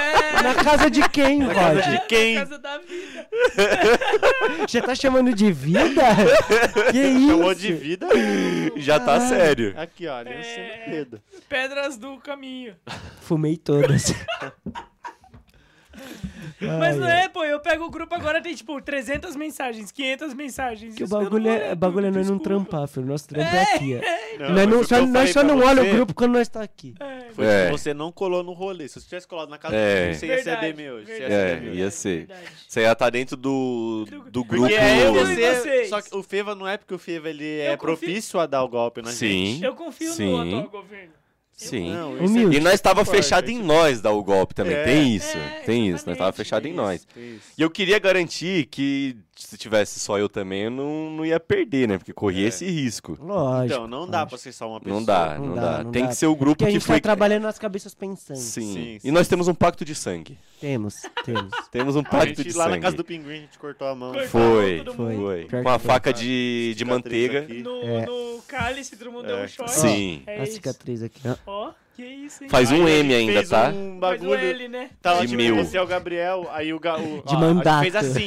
S1: É,
S4: Na casa de quem,
S2: casa
S4: Rod?
S2: de quem?
S1: Na casa é, da vida.
S4: Já tá chamando de vida? Que
S2: Chamou de
S4: isso?
S2: vida.
S3: Já
S2: Ah.
S3: tá sério.
S2: Aqui, ó, aliança
S1: É.
S2: no dedo.
S1: Pedras do caminho.
S4: Fumei todas.
S1: Mas
S4: Ai,
S1: não
S4: ai.
S1: é, pô, eu pego o grupo agora, tem tipo 300 mensagens, 500 mensagens.
S4: Que o
S1: isso eu não
S4: bagulho
S1: vou
S4: é,
S1: ler
S4: bagulho é
S1: tudo,
S4: nós não
S1: desculpa.
S4: trampar, filho. Nosso trampo é aqui. ó.
S2: Não,
S4: Nós,
S2: mas
S4: não,
S2: o que
S4: só,
S2: eu
S4: nós
S2: falei
S4: só
S2: pra
S4: não olha o
S2: você
S4: grupo quando nós tá aqui.
S1: É.
S2: Foi
S3: É.
S2: que você não colou no rolê. Se você tivesse colado na casa
S3: É.
S2: do você ia ser
S1: Verdade,
S2: ADM hoje. Você ia
S1: verdade,
S2: ser
S3: É,
S2: ADM hoje.
S3: ia ser.
S1: verdade.
S3: Você já tá dentro do, do grupo.
S2: Porque é eu,
S1: Eu e
S2: você.
S1: vocês.
S2: Só que o Feva não é porque o Feva ele é
S1: Eu confio-
S2: propício a dar o golpe na
S3: Sim.
S2: gente.
S1: Eu confio
S3: Sim.
S1: no atual governo.
S3: Sim.
S2: Não, isso é
S4: Humilde.
S3: E nós tava
S2: Concordo,
S3: fechado
S2: é
S3: em
S2: isso.
S3: nós dar o golpe também.
S2: É.
S3: Tem isso,
S1: É,
S3: tem isso. Nós tava
S1: exatamente,
S3: fechado em
S2: Tem
S3: nós.
S2: isso, tem isso.
S3: E eu queria garantir que se tivesse só eu também, eu não, não ia perder, né? Porque corria
S2: É.
S3: esse risco.
S4: Lógico.
S2: Então, não dá
S4: lógico.
S2: pra acessar uma pessoa.
S3: Não dá,
S4: Não
S3: não
S4: dá,
S3: dá.
S4: não
S3: Tem
S4: dá.
S3: que ser o grupo
S4: Porque a
S3: que
S4: gente
S3: foi.
S4: tá trabalhando nas cabeças pensando.
S3: Sim.
S2: Sim,
S3: E
S2: sim.
S3: nós temos um pacto de sangue.
S4: Temos, temos.
S3: Temos um
S2: A
S3: pacto
S2: gente,
S3: de
S2: lá
S3: sangue.
S2: na casa do pinguim, a gente cortou a mão.
S1: Cortou.
S3: Foi,
S1: Todo
S3: foi.
S4: mundo. Pior
S3: Com a
S4: que
S3: faca de,
S2: Cicatriz
S3: de manteiga.
S2: aqui.
S1: No,
S4: É.
S1: no cálice, todo mundo deu um
S2: É.
S1: choque.
S3: Sim.
S1: É
S4: a
S1: isso.
S4: cicatriz aqui, ó.
S1: Ó, que isso, hein?
S3: Faz
S2: Aí
S3: um
S2: ele
S3: M ainda,
S2: fez
S3: tá?
S2: um
S1: Faz
S2: bagulho.
S1: o L, né?
S2: Tá lá
S3: De
S2: de
S3: meu.
S2: meu. Você é o Gabriel, aí o... Ga, o
S4: De
S2: ó, a gente
S4: mandato.
S2: fez assim.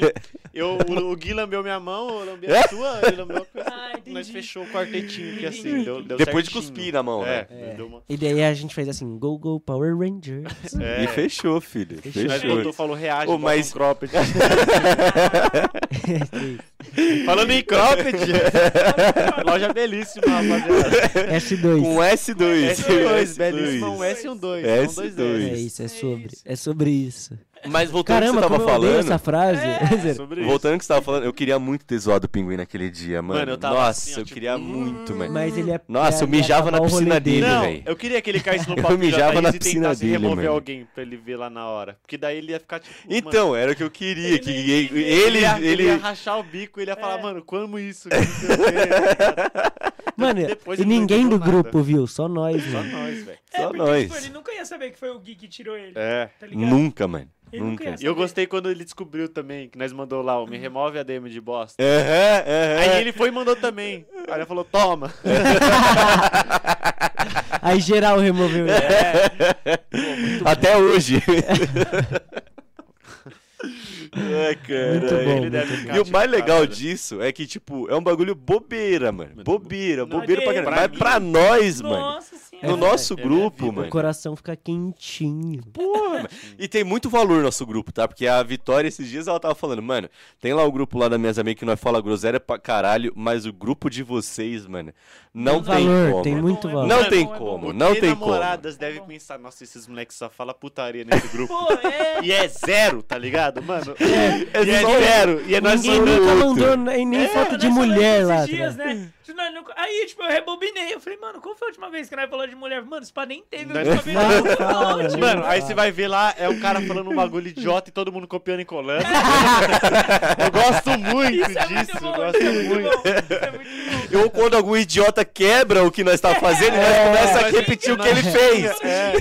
S2: Eu, o, o Gui lambeu minha mão, eu lambei a sua, ele lambeu a coisa.
S1: Ah, entendi.
S2: Nós fechou o quartetinho aqui assim, deu, deu
S3: Depois de
S2: certinho.
S3: cuspir na mão,
S2: É,
S3: né?
S2: deu uma...
S4: E daí a gente fez assim, Go Go Power Ranger.
S2: É.
S3: E fechou, filho. Fechou.
S2: Nós botou, falou, reage,
S3: Ô,
S2: bota
S3: mas-
S2: um cropped.
S4: É
S2: Falando em cropped,
S1: É,
S2: loja belíssima, rapaziada.
S4: S2.
S3: Com um S2.
S2: S2, belíssima, um S e um 2. São dois
S4: É
S3: S2.
S2: S.
S4: isso, é
S1: É
S4: sobre.
S1: isso.
S4: É sobre isso.
S3: Mas voltando ao que
S4: Caramba,
S3: você
S4: como
S3: tava
S4: eu odeio essa
S3: falando.
S4: frase.
S1: É.
S4: Quer dizer,
S2: Sobre isso.
S3: Voltando ao que você tava falando, eu queria muito ter zoado o pinguim naquele dia, mano.
S2: Mano, eu tava
S3: Nossa,
S2: assim, ó,
S3: eu
S2: tipo,
S3: queria muito, mano.
S4: Mas ele é.
S3: Nossa, eu
S4: ele ia
S3: mijava
S4: acabar
S3: na
S4: o
S3: piscina
S4: rolê
S3: dele. né?
S2: Não,
S3: velho.
S2: eu queria que ele caísse no
S3: Eu
S2: papo de
S3: mijava
S2: Jataís
S3: na
S2: e
S3: piscina
S2: tentasse
S3: dele,
S2: remover
S3: mano.
S2: alguém pra ele ver lá na hora. Porque daí ele ia ficar tipo. mano,
S3: Então, era o que eu queria. Que ele,
S2: ele, ia, ele ia
S3: ele-
S2: rachar o bico, ele ia falar, mano, como isso?
S4: Mano,
S2: Depois
S4: e
S2: ele não
S4: ninguém do
S2: entendeu nada.
S4: grupo viu, só nós,
S2: Só
S4: mano.
S2: nós, velho.
S1: É,
S3: Só
S1: porque,
S3: nós.
S1: tipo, ele nunca ia saber que foi o Gui que tirou ele,
S2: É.
S1: tá ligado?
S3: Nunca, mano.
S1: Ele nunca
S3: Nunca.
S1: ia
S2: E eu gostei quando ele descobriu também, que nós mandou lá, o me remove a DM de bosta.
S3: Aham, aham.
S2: Aí ele foi e mandou também. Aí ele falou, toma.
S4: Aí geral removeu ele.
S3: É. Até hoje. Ai, cara.
S4: Muito bom,
S2: ele deve ficar,
S3: E o
S2: tipo,
S3: mais legal
S2: cara,
S3: disso é que, tipo, é um bagulho bobeira, mano. Bobeira,
S2: Não,
S3: bobeira pra
S1: pra
S3: caramba. Mas
S2: mim-
S3: pra nós, mano.
S1: Nossa senhora.
S3: No nosso
S2: é
S3: grupo,
S2: vida.
S4: O
S3: mano.
S4: coração fica quentinho.
S3: Porra, mano. E tem muito valor nosso grupo, tá? Porque a Vitória, esses dias, ela tava falando, mano, tem lá o grupo lá das minhas amigas que nós fala groselha pra caralho, mas o grupo de vocês, mano, não
S4: Tem
S3: tem
S4: valor,
S3: como.
S4: tem muito
S1: Não,
S4: valor.
S3: Não
S1: é
S3: tem
S1: bom, é
S3: como,
S1: bom.
S3: não
S2: E
S3: tem como.
S2: namoradas devem pensar, nossa, esses moleques só falam putaria nesse grupo.
S1: Pô, é.
S2: E é zero, tá ligado, mano?
S3: É
S2: e é
S3: Tá só-
S2: zero. E é nós
S4: Ninguém
S2: mandando-
S4: nunca
S3: outro.
S4: mandou nem, nem foto
S1: Nós
S4: de
S1: falamos
S4: mulher
S1: esses
S4: lá.
S1: é dias,
S4: tá
S1: né? Se nós nunca- Aí, tipo, eu rebobinei. Eu falei, mano, qual foi a última vez que nós falou de mulher? Mano, esse pá nem teve.
S2: Nós-
S1: eu nunca vi
S4: Fala,
S1: nada.
S4: fala,
S1: Não,
S4: né?
S1: tipo,
S2: Mano, aí você vai ver lá, é o cara falando um bagulho idiota e todo mundo copiando e colando. eu gosto muito
S1: Isso é muito
S2: disso, eu
S1: bom,
S2: gosto
S1: isso é
S2: muito.
S1: muito bom, isso é muito bom.
S3: Ou quando algum idiota quebra o que nós tá fazendo, nós
S4: É.
S3: começa a
S2: Nós-
S3: repetir o que
S2: nós-
S3: ele fez.
S2: É.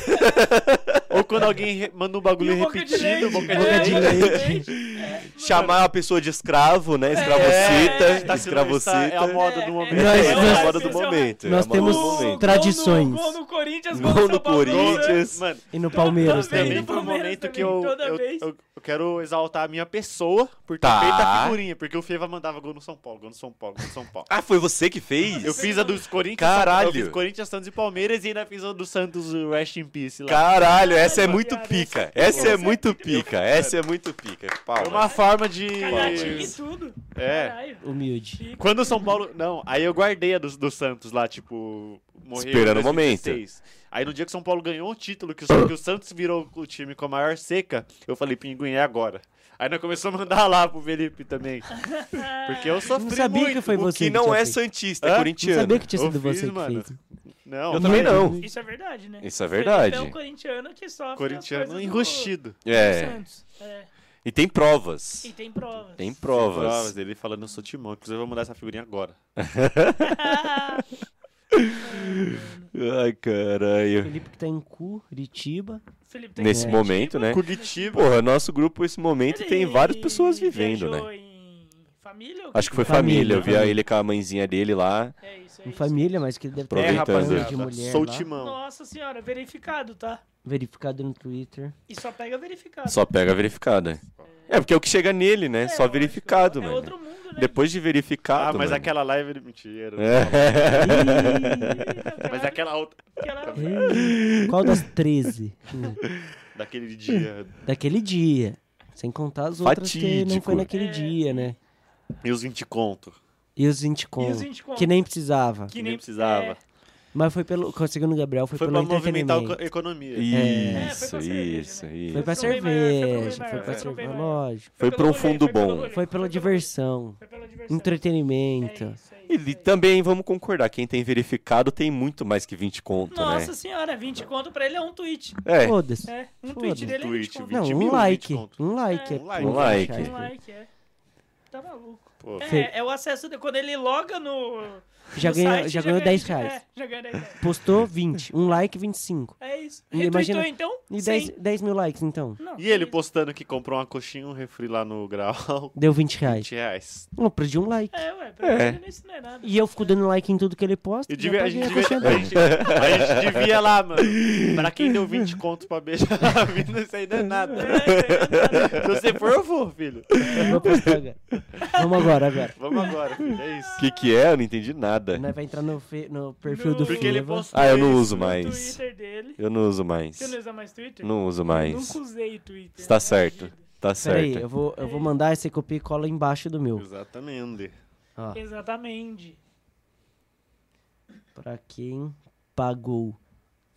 S2: Ou quando alguém re- manda um bagulho
S1: E o boca de leite,
S2: repetido, boca de
S1: é,
S2: leite.
S1: boca de leite.
S3: Chamar a pessoa de escravo, né? Escravocita,
S1: É,
S2: tá sendo-
S3: escravocita.
S2: tá- é a moda do
S1: É,
S2: momento.
S4: Nós-
S3: É,
S4: nós-
S3: a moda do momento.
S4: nós
S3: é a moda do
S4: temos
S3: momento.
S4: tradições.
S1: Gol no, gol no Corinthians,
S3: Gol
S1: gol no
S3: no
S1: São Paulo.
S3: Corinthians.
S2: Mano,
S4: E no Palmeiras
S1: Toda vez
S4: também.
S2: também
S1: no
S2: foi um
S1: Palmeiras
S2: momento
S1: também,
S2: que eu,
S1: toda
S2: eu,
S1: vez.
S2: eu- eu quero exaltar a minha pessoa por ter
S3: Tá.
S2: feito a figurinha, porque o Feva mandava gol no São Paulo, gol no São Paulo, gol no São Paulo.
S3: Ah, foi você que fez?
S2: Eu fiz a dos Corinthians,
S3: Caralho.
S2: eu fiz Corinthians, Santos e Palmeiras e ainda fiz a do Santos o Rest in Peace lá.
S3: Caralho, essa é
S1: Caralho,
S3: muito
S1: cara,
S3: pica.
S1: essa-
S3: Essa é
S1: essa-
S3: muito pica. Essa é muito pica.
S2: É uma
S3: Palmas.
S2: forma de.
S1: Cada time e tudo.
S2: É.
S1: Caralho.
S4: Humilde.
S2: Quando o São Paulo. Não, aí eu guardei a do, do Santos lá, tipo. Morreu em
S3: Esperando o
S2: 2016. Aí no dia que o São Paulo ganhou o título, que o, que o Santos virou o time com a maior seca, eu falei, pinguim, é agora. Aí nós começamos a mandar lá pro Felipe também. Porque eu sofri
S4: Não sabia
S2: muito.
S4: que foi você.
S3: Que não
S4: tinha
S3: é
S4: feito.
S3: santista,
S2: assim, Hã? Não
S3: é
S4: Não sabia
S3: corintiano.
S4: que tinha
S2: Eu
S4: sido você
S2: fiz,
S4: que
S2: mano.
S4: fez.
S2: Não,
S3: Eu também não.
S1: Isso é verdade, né?
S3: Isso é
S1: Felipe
S3: verdade.
S1: É um corintiano que sofre. as coisas
S2: corintiano
S1: do-
S2: enrustido.
S1: do
S3: É.
S1: Santos. É.
S3: E tem provas.
S1: E tem provas.
S3: Tem provas.
S2: Provas dele falando, eu sou timão. Inclusive, eu vou mandar essa figurinha agora.
S3: Ai, caralho.
S4: Felipe que tá em Curitiba.
S1: Felipe tem
S3: Nesse
S1: que-
S3: momento, né?
S2: Curitiba.
S3: Porra, nosso grupo, esse momento,
S1: Ele
S3: tem várias pessoas vivendo,
S1: viajou
S3: né?
S1: em Família? ou
S3: Acho que foi
S4: Família,
S3: família. Eu vi
S4: família.
S3: ele com a mãezinha dele lá.
S1: É isso, é
S4: Em
S1: isso.
S4: família, mas que ele deve ter
S2: É,
S3: Aproveitando.
S4: rapaziada
S2: rapaziada.
S4: de mulher.
S2: sou
S4: lá,
S2: timão.
S1: Nossa senhora, verificado, tá?
S4: verificado no Twitter.
S1: E só pega verificado.
S3: Só pega a verificada. É, porque é o que chega nele, né?
S1: É,
S3: Só
S1: lógico.
S3: verificado,
S1: É
S3: mano.
S1: outro mundo, né?
S3: Depois de verificado.
S2: Ah, mas
S3: mano.
S2: aquela live ele mentira.
S3: É.
S2: Mas aquela outra.
S1: Aquela-
S4: Ih, Qual das 13? Hum,
S2: Daquele dia.
S4: Daquele dia. Sem contar as outras que não
S3: Fatídico.
S4: foi naquele
S1: É.
S4: dia, né?
S2: E os 20 conto.
S4: E os 20 conto.
S1: conto.
S4: Que nem precisava.
S1: Que
S2: nem precisava.
S1: é,
S4: Mas foi pelo. Conseguindo o Gabriel, foi,
S2: Foi
S4: pelo
S2: pra movimentar a
S4: entretenimento.
S2: co- economia.
S3: Isso,
S1: É, pra cerveja,
S3: isso,
S1: né?
S3: isso.
S4: Foi pra
S1: Foi pro bem maior,
S4: cerveja,
S1: foi pro bem
S4: foi pra
S1: maior, foi pro bem
S4: cerveja,
S1: maior.
S4: lógico.
S3: Foi pra um
S1: pelo rolê,
S3: fundo
S1: foi pelo
S3: bom.
S1: rolê,
S4: Foi pela
S1: pelo-
S4: diversão,
S1: Foi pela diversão.
S4: entretenimento.
S1: É isso, é isso, é
S3: E
S1: isso.
S3: também vamos concordar, quem tem verificado tem muito mais que 20 conto,
S1: Nossa
S3: né?
S1: senhora, 20 conto pra ele é um tweet.
S3: É,
S4: Foda-se.
S1: É, um
S4: Foda-se.
S1: tweet dele é 20
S2: Tweet,
S1: conto.
S2: vinte
S4: Não,
S2: mil,
S4: um
S2: vinte
S4: like.
S2: conto.
S4: Um like.
S1: É,
S2: um
S4: é
S2: like.
S4: tudo,
S3: Um like.
S4: cara.
S1: Um like, é. Tá maluco.
S2: Pô.
S1: É, é o acesso de quando ele loga no.
S4: Um Já
S1: no
S4: ganhou-
S1: site,
S4: já ganhou 10
S1: ganha-
S4: reais.
S1: É, já ganhou 10 reais.
S4: Postou 20. Um like, 25.
S1: É isso.
S4: E
S1: Retweetou
S4: imagina-
S1: então?
S4: E
S1: 100.
S4: 10, 10 mil likes, então.
S1: Não,
S2: E ele
S1: que
S2: postando que comprou uma coxinha, um refri lá no grau,
S4: Deu 20 reais.
S2: 20 reais.
S4: Eu perdi um like.
S1: isso. É, ué, pra
S3: É.
S1: mim isso não é nada.
S4: E eu fico dando like em tudo que ele posta.
S2: E
S4: já
S2: devia- a,
S4: paguei
S2: gente
S4: a
S2: devia,
S4: coxinha
S2: a, gente, a gente devia lá, mano. Pra quem deu 20 conto pra beijar a mina, isso aí não é nada. Se você for, eu vou, filho.
S4: dele. Vou postar agora. Vamos agora, agora.
S2: Vamos agora, filho. É isso.
S3: o que que é? Eu não entendi nada.
S4: Nós vai entrar no, fe- no perfil do
S2: Porque ele
S4: Fiva.
S2: postou
S3: Ah, eu não
S2: isso.
S3: uso
S1: No
S3: mais.
S1: Twitter dele.
S3: Eu não uso mais.
S1: Você não usa mais Twitter?
S3: Não uso
S1: Eu nunca
S3: mais.
S1: usei Twitter.
S3: Tá
S1: na
S3: certo,
S1: vida.
S3: tá
S4: Peraí, eu
S3: certo.
S4: vou, eu vou mandar esse copia e cola embaixo do meu.
S2: Exatamente.
S4: Ó,
S1: Exatamente.
S4: pra quem pagou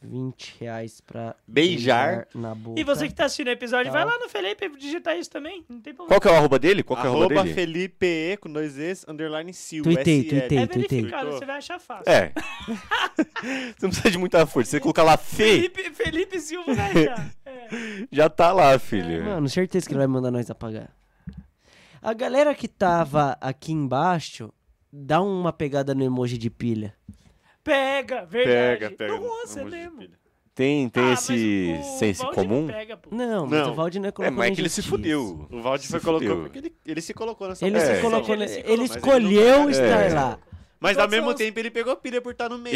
S4: 20 reais pra
S2: Beijar.
S4: na boca.
S1: E você que tá assistindo o episódio,
S4: Tá.
S1: vai lá no Felipe digitar isso também. Não tem problema.
S3: Qual que é o arroba dele? Qual que é o arroba
S2: Arroba
S3: dele?
S2: Felipe E com dois Es, underline Sil.
S4: Tuitei,
S2: SL.
S4: tuitei.
S1: É
S4: Tuitei.
S1: verificado,
S2: Tuitou?
S1: você vai achar fácil.
S3: É. Você não precisa de muita força. Você colocar lá Fê,
S1: Felipe, Felipe Silva vai achar. É.
S3: já tá lá, filho.
S4: Mano, certeza que ele vai mandar nós apagar. A galera que tava aqui embaixo, dá uma pegada no emoji de pilha.
S1: Pega,
S2: Pega,
S1: verdade.
S2: pega.
S1: Nossa, é
S2: Vamos de
S1: mesmo.
S2: pilha.
S3: Tem, tem
S1: Ah, mas
S3: esse
S1: o
S3: senso
S1: Valdir não
S3: comum?
S1: pega, pô.
S4: Não, mas
S2: Não.
S4: o Valdir não é
S3: É,
S4: colocando
S3: mas é que ele se
S4: injustiça.
S3: fudeu.
S2: O Valdir foi
S3: Se
S2: colocou
S3: fudeu.
S2: porque ele, ele se colocou nessa
S4: Ele
S3: É.
S4: se colocou,
S1: Ele
S4: ele,
S1: se
S4: ele
S1: colocou, mas
S4: escolheu
S2: ele não-
S4: estar
S3: É.
S4: lá.
S2: Mas ao mesmo
S1: Nossa,
S2: tempo ele pegou pilha por estar no meio.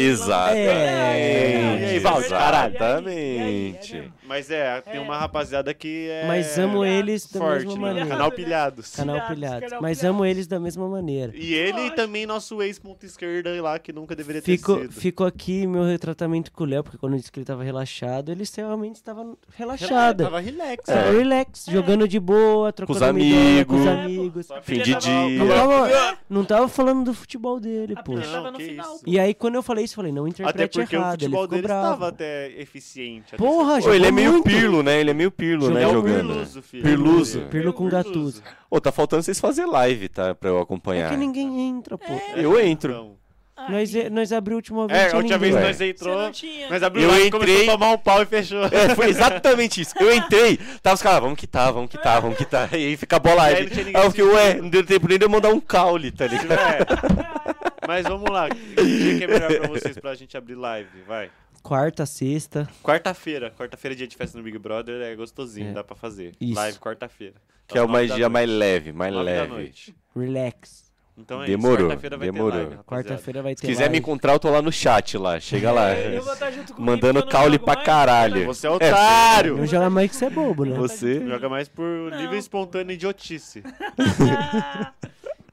S4: É,
S3: Exato.
S1: verdade, É
S2: E aí,
S1: verdade.
S2: Valdir? Caralho.
S1: E aí,
S3: Exatamente.
S1: e aí, é mesmo.
S2: Mas é, tem uma rapaziada que é.
S4: Mas amo eles da
S2: forte,
S4: mesma
S2: né?
S4: maneira.
S2: Canal Pilhados.
S4: Canal
S1: Pilhados,
S4: pilhado.
S1: canal
S4: Mas
S1: pilhado.
S4: amo eles da mesma maneira.
S2: E ele e
S1: Lógico.
S2: também nosso ex-ponta esquerda lá, que nunca
S3: é
S2: deveria ter
S4: Fico,
S2: sido.
S4: fico aqui meu retratamento com o Léo, porque quando eu disse que ele tava relaxado, ele realmente estava
S2: Relaxa,
S4: relaxado.
S2: Tava relax.
S4: Tava relax, jogando de boa, trocando
S3: É. Com os
S4: uma ideia com os
S1: amigos.
S4: amigos.
S2: Só a
S3: Fim
S2: pilha
S3: de
S2: tava-
S3: dia.
S4: Não
S2: tava-
S4: tava, não tava falando do futebol dele,
S1: A
S4: pô.
S1: pilha tava
S2: Não,
S1: no
S2: que
S1: final.
S2: isso.
S1: pô.
S4: E aí, quando eu falei isso, eu falei, não
S2: Até
S4: interprete
S2: porque o
S4: errado, ele
S2: futebol
S4: ficou
S2: dele
S4: bravo.
S2: estava até eficiente. até
S4: Porra,
S2: certo
S3: Ô, ele é meio
S4: muito.
S3: pirlo, né? Ele é meio pirlo, né?
S2: É o
S3: jogando.
S2: Pirluso, filho.
S3: Pirluso.
S2: Ele é
S4: Pirlo com
S2: Pirluso.
S4: Gattuso.
S3: Ô, tá faltando vocês fazer live, tá? Pra eu
S4: É
S3: acompanhar.
S4: que ninguém entra, pô.
S1: É,
S3: Eu entro.
S2: Então.
S1: Ai,
S4: Nós, nós abriu a última vez.
S2: É, a
S4: tinha
S2: última vez
S4: ninguém.
S2: nós entrou,
S1: Você não tinha.
S2: nós abriu
S3: Eu
S2: o like, começou
S3: entrei-
S2: a tomar um pau e fechou.
S3: É, foi exatamente isso. Eu entrei, tava os caras, vamos quitar, vamos quitar, vamos quitar. E aí fica a bola
S2: E aí
S3: live.
S2: não tinha
S3: Aí,
S2: ninguém
S3: eu fiquei, ué, não deu tempo nem de eu mandar um caule, tá ligado?
S2: É. Mas vamos lá. Que dia que é melhor pra vocês pra gente abrir live? Vai.
S4: Quarta, sexta.
S2: Quarta-feira. Quarta-feira é dia de festa no Big Brother. É gostosinho,
S4: É.
S2: dá pra fazer.
S4: Isso.
S2: Live quarta-feira.
S3: Que é uma
S2: mais
S3: dia mais leve, mais
S2: da
S3: leve.
S2: noite.
S4: Relax.
S2: Então é
S3: Demorou,
S2: isso. Quarta-feira vai
S3: demorou.
S2: ter live, rapaziada.
S4: Quarta-feira vai
S3: Se
S4: ter
S3: quiser me
S4: live.
S3: encontrar, eu tô lá no chat lá. Chega lá.
S1: Eu vou estar junto com o
S3: É. Mandando
S1: Felipe, eu tá não
S3: caule
S1: jogo
S3: pra
S1: mais.
S3: caralho.
S2: Você é otário!
S4: Não joga mais que você é bobo, né?
S3: Você.
S2: Joga mais por livre e espontânea idiotice. um.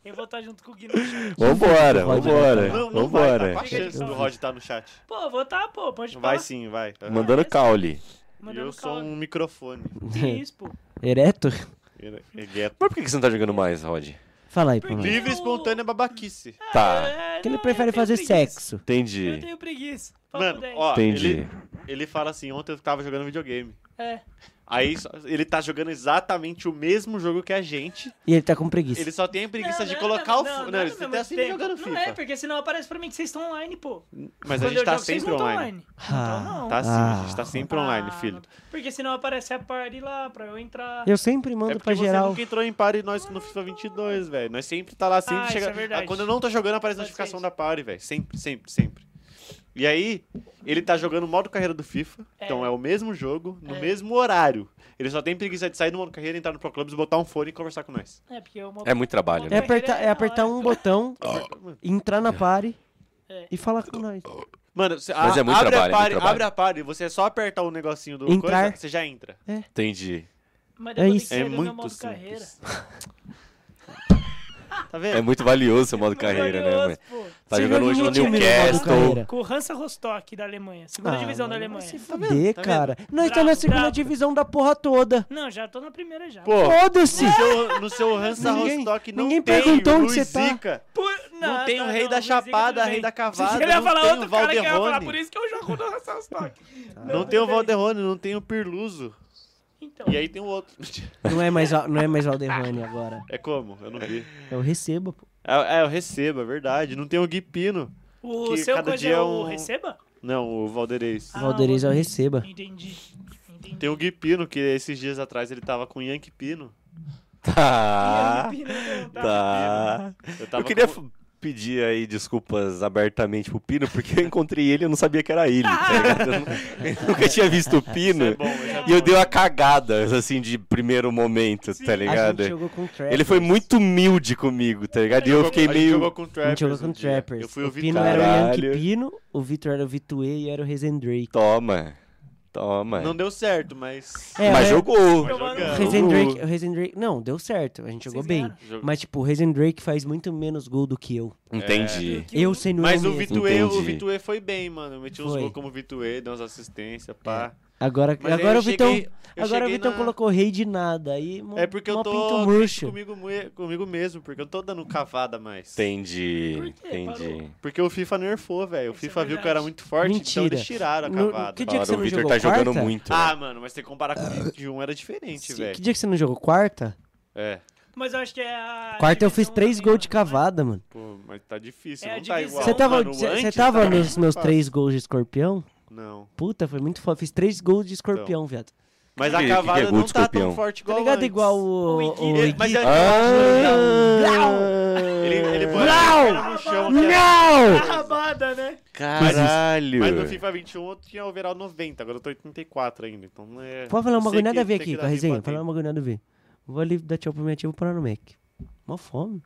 S1: Eu vou estar junto com o Gui no chat.
S3: Vambora,
S4: Pode
S3: vambora.
S2: Não, não vai, tá com a
S3: É, Vambora.
S2: chance do Rod estar no chat.
S1: Pô, eu vou estar, pô, pode falar.
S2: Vai sim, vai.
S3: Mandando
S2: E
S3: caule.
S2: eu
S1: Mandando
S2: sou
S1: caule.
S2: um microfone.
S1: Que isso, pô.
S4: Ereto?
S2: Egueto.
S3: Mas por que que você não tá jogando mais, Rod?
S4: Fala aí
S3: Hum.
S4: pra mim.
S2: Livre e espontânea babaquice.
S3: Tá,
S1: É,
S4: Que ele
S1: não,
S4: prefere
S1: eu tenho
S4: fazer
S1: preguiça.
S4: sexo.
S1: Eu
S3: entendi.
S1: tenho preguiça. Papo
S2: Mano,
S1: 10.
S2: ó,
S3: Entendi.
S2: ele, ele fala assim, ontem eu tava jogando videogame.
S1: É.
S2: Aí só- ele tá jogando exatamente o mesmo jogo que a gente.
S4: E ele tá com preguiça.
S2: Ele só tem a preguiça
S1: Não,
S2: de
S1: não,
S2: colocar
S1: não,
S2: o...
S1: não,
S2: Não,
S1: não, é
S2: não,
S1: não,
S2: ele
S1: não,
S2: tá
S1: mas
S2: sempre
S1: tem-
S2: jogando FIFA.
S1: Não é, porque senão aparece pra mim que vocês estão online, pô.
S2: Mas a
S1: Quando
S2: gente
S1: eu
S2: tá
S1: jogo, vocês
S2: sempre
S1: não tão
S2: online.
S1: Não tão, Então não.
S2: Tá sim, a gente
S4: Ah.
S2: tá sempre online,
S1: Ah,
S2: filho. É
S1: não. Porque senão aparece a party lá pra eu entrar.
S4: Eu sempre
S2: É
S4: mando pra
S2: porque você
S4: geral.
S2: nunca entrou em party nós no FIFA 22, velho. Nós sempre tá lá, sempre
S1: Ah,
S2: chega.
S1: isso é verdade.
S2: Ah, quando eu não tô jogando, aparece a
S1: Pode ser
S2: notificação
S1: isso.
S2: da party, velho. Sempre, sempre, sempre. E aí, ele tá jogando o modo carreira do FIFA.
S1: É.
S2: Então é o mesmo jogo, no
S1: É.
S2: mesmo horário. Ele só tem preguiça de sair do modo carreira, entrar no Pro Clubs, botar um fone e conversar com nós.
S1: É, porque eu
S3: É muito trabalho,
S4: É
S3: né?
S4: apertar, é apertar um botão, entrar na pare
S1: É.
S4: e falar com nós.
S2: Mano, você
S3: Mas
S2: a-
S3: é muito
S2: abre,
S3: trabalho, é
S2: a party,
S3: muito trabalho.
S2: abre a party, você é só apertar o negocinho do
S4: Entrar.
S2: coisa, você já entra.
S3: Entendi.
S1: Mas
S4: É
S1: depois tem
S4: isso.
S1: que
S2: É
S1: sair do meu
S2: muito
S1: modo carreira.
S2: simples. Tá vendo?
S3: É muito valioso seu modo
S1: Muito
S3: carreira, né,
S1: valioso,
S3: mano?
S1: pô.
S3: Tá
S4: Você
S3: jogando
S4: joga
S3: hoje
S4: em
S3: no
S4: que time no modo
S3: Newcastle.
S4: carreira?
S1: Com o Hansa Rostock da Alemanha, segunda
S4: Ah,
S1: divisão da
S4: mano,
S1: Alemanha.
S4: Se
S2: vendo?
S4: fuder,
S2: Tá vendo?
S4: cara. Nós tá na
S1: Bravo,
S4: segunda
S1: bravo.
S4: divisão da porra toda.
S1: Não, já tô na primeira já.
S2: Pô,
S4: Foda-se!
S1: Né?
S2: no seu, no seu Hansa
S4: Ninguém-
S2: Rostock não
S4: ninguém
S2: tem
S4: perguntou
S2: o
S4: onde
S2: Luiz
S4: você tá.
S2: Zica.
S1: Por-
S2: Não tem o rei da
S1: Luiz Zica,
S2: Chapada,
S1: tudo
S2: rei
S1: bem.
S2: da Cavada,
S1: Você ia
S2: não
S1: falar
S2: tem
S1: outro
S2: o
S1: cara que ia falar,
S2: Valderrone.
S1: por isso que eu jogo no Hansa Rostock.
S2: Não tem o Valderrone, não tem o Pirluso.
S1: Então,
S2: E aí tem o outro.
S4: Não é mais, Val- não é mais Valderrone agora.
S2: É como? Eu não vi.
S4: Eu recebo, pô.
S2: É, é, eu recebo, é verdade. Não tem o Gui Pino.
S1: o
S2: que
S1: seu
S2: cada
S1: coisa
S2: dia
S1: é
S2: é
S1: o
S2: um-
S1: receba?
S2: Não, o Valderez.
S1: Ah,
S4: Valderez é o receba.
S1: Entendi. Entendi.
S2: Tem o Gui Pino, que esses dias atrás ele tava com o Yankee Pino.
S3: Tá.
S1: Tá.
S3: Tá.
S2: Eu, tava
S3: Eu queria
S2: com-
S3: f- pedir aí desculpas abertamente pro Pino, porque eu encontrei ele e eu não sabia que era ele. tá ligado? Eu nu- eu nunca tinha visto o Pino.
S2: Isso é bom, isso é
S3: E eu
S2: bom.
S3: dei uma cagada, assim, de primeiro momento, tá
S4: A gente
S3: ligado?
S4: jogou com o Trappers.
S3: Ele foi muito humilde comigo, tá ligado? E eu fiquei
S2: a gente jogou
S3: meio.
S2: com o
S4: A gente
S2: Trappers.
S4: jogou com
S2: um
S4: o
S2: dia.
S4: Trappers.
S2: Eu fui o
S4: o Pino
S2: Vitara.
S4: era o
S3: Caralho.
S4: Yankee Pino, o Vitor era o Vitue e era o Rezendrake.
S3: Toma. Toma.
S2: Não deu certo, mas.
S4: É,
S3: Mas
S4: é-
S3: jogou.
S4: O
S2: jogando.
S4: Rezendrake, o Rezendrake... Não, deu certo. A gente jogou
S1: Vocês
S4: bem.
S1: ganharam.
S2: Jogou.
S4: Mas, tipo, o Rezendrake faz muito menos gol do que eu.
S3: Entendi.
S4: Eu sendo
S2: Mas
S4: eu
S2: o Vitue,
S4: mesmo.
S2: o
S3: Entendi.
S2: Vitue foi É. bem, mano. Eu meti uns
S4: Foi.
S2: gols como Vitue, deu umas assistências, pá.
S4: Agora,
S2: Mas aí
S4: agora
S2: eu
S4: o Vitão,
S2: cheguei- eu
S4: agora o
S2: cheguei
S4: Vitão
S2: na-
S4: colocou rei de nada. Aí, mo-
S2: É porque eu
S4: mó
S2: tô
S4: pinto
S2: triste
S4: murcho.
S2: comigo, mue- comigo mesmo, porque eu tô dando cavada mais.
S3: Entendi.
S1: Por quê?
S3: Entendi.
S2: Porque o FIFA nerfou, velho. O
S1: Isso é
S2: FIFA viu que eu
S1: verdade.
S2: era muito forte, então
S4: Mentira.
S2: eles tiraram a
S4: No-
S2: cavada.
S4: que dia
S3: Claro,
S4: que você
S3: o
S4: não
S3: Victor
S4: jogou
S3: tá jogando
S4: quarta?
S3: muito. né?
S2: Ah, mano, mas você comparar com o 21 era diferente,
S4: Se- Que
S2: velho.
S4: dia que você não jogou? Quarta?
S2: É,
S1: Mas eu acho que é a.
S4: Quarta eu fiz
S1: divisão
S4: três
S1: também,
S4: gols de
S1: mano.
S4: cavada, mano.
S2: pô, mas tá difícil,
S1: É a
S2: não tá
S1: divisão.
S2: igual.
S4: Você tava,
S2: mano,
S4: cê- cê
S2: antes né,
S4: tava
S2: tava
S4: nos meus
S2: fácil.
S4: três gols de escorpião?
S2: Não.
S4: Puta, foi muito foda. Fiz três gols de
S2: Então.
S4: escorpião, viado.
S2: Mas
S3: Que-
S2: a
S3: que que é
S2: cavada
S3: gol
S2: não
S3: de
S2: tá tão
S3: escorpião?
S2: forte
S4: Tá
S2: igual
S4: ligado?
S2: antes.
S4: Igual o.
S1: O
S4: o Ah!
S2: Ele- Mas
S3: Ah!
S4: Igui.
S2: é- ele, ele põe
S4: Blau!
S2: a perna no chão, que é-
S4: Não!
S1: Rabada, Tá né?
S3: Caralho.
S2: Mas no FIFA 21 eu tinha overall 90, agora eu tô 84 ainda, então não é...
S4: Pode falar
S2: eu
S4: uma
S2: sei
S4: bagulho nada
S2: que-
S4: a ver
S2: sei que
S4: aqui
S2: dá
S4: com a resenha.
S2: pra
S4: Falar uma
S2: bater.
S4: bagulho nada a ver. Vou ali dar tchau pro meu ativo e parar no Mac. Mó fome.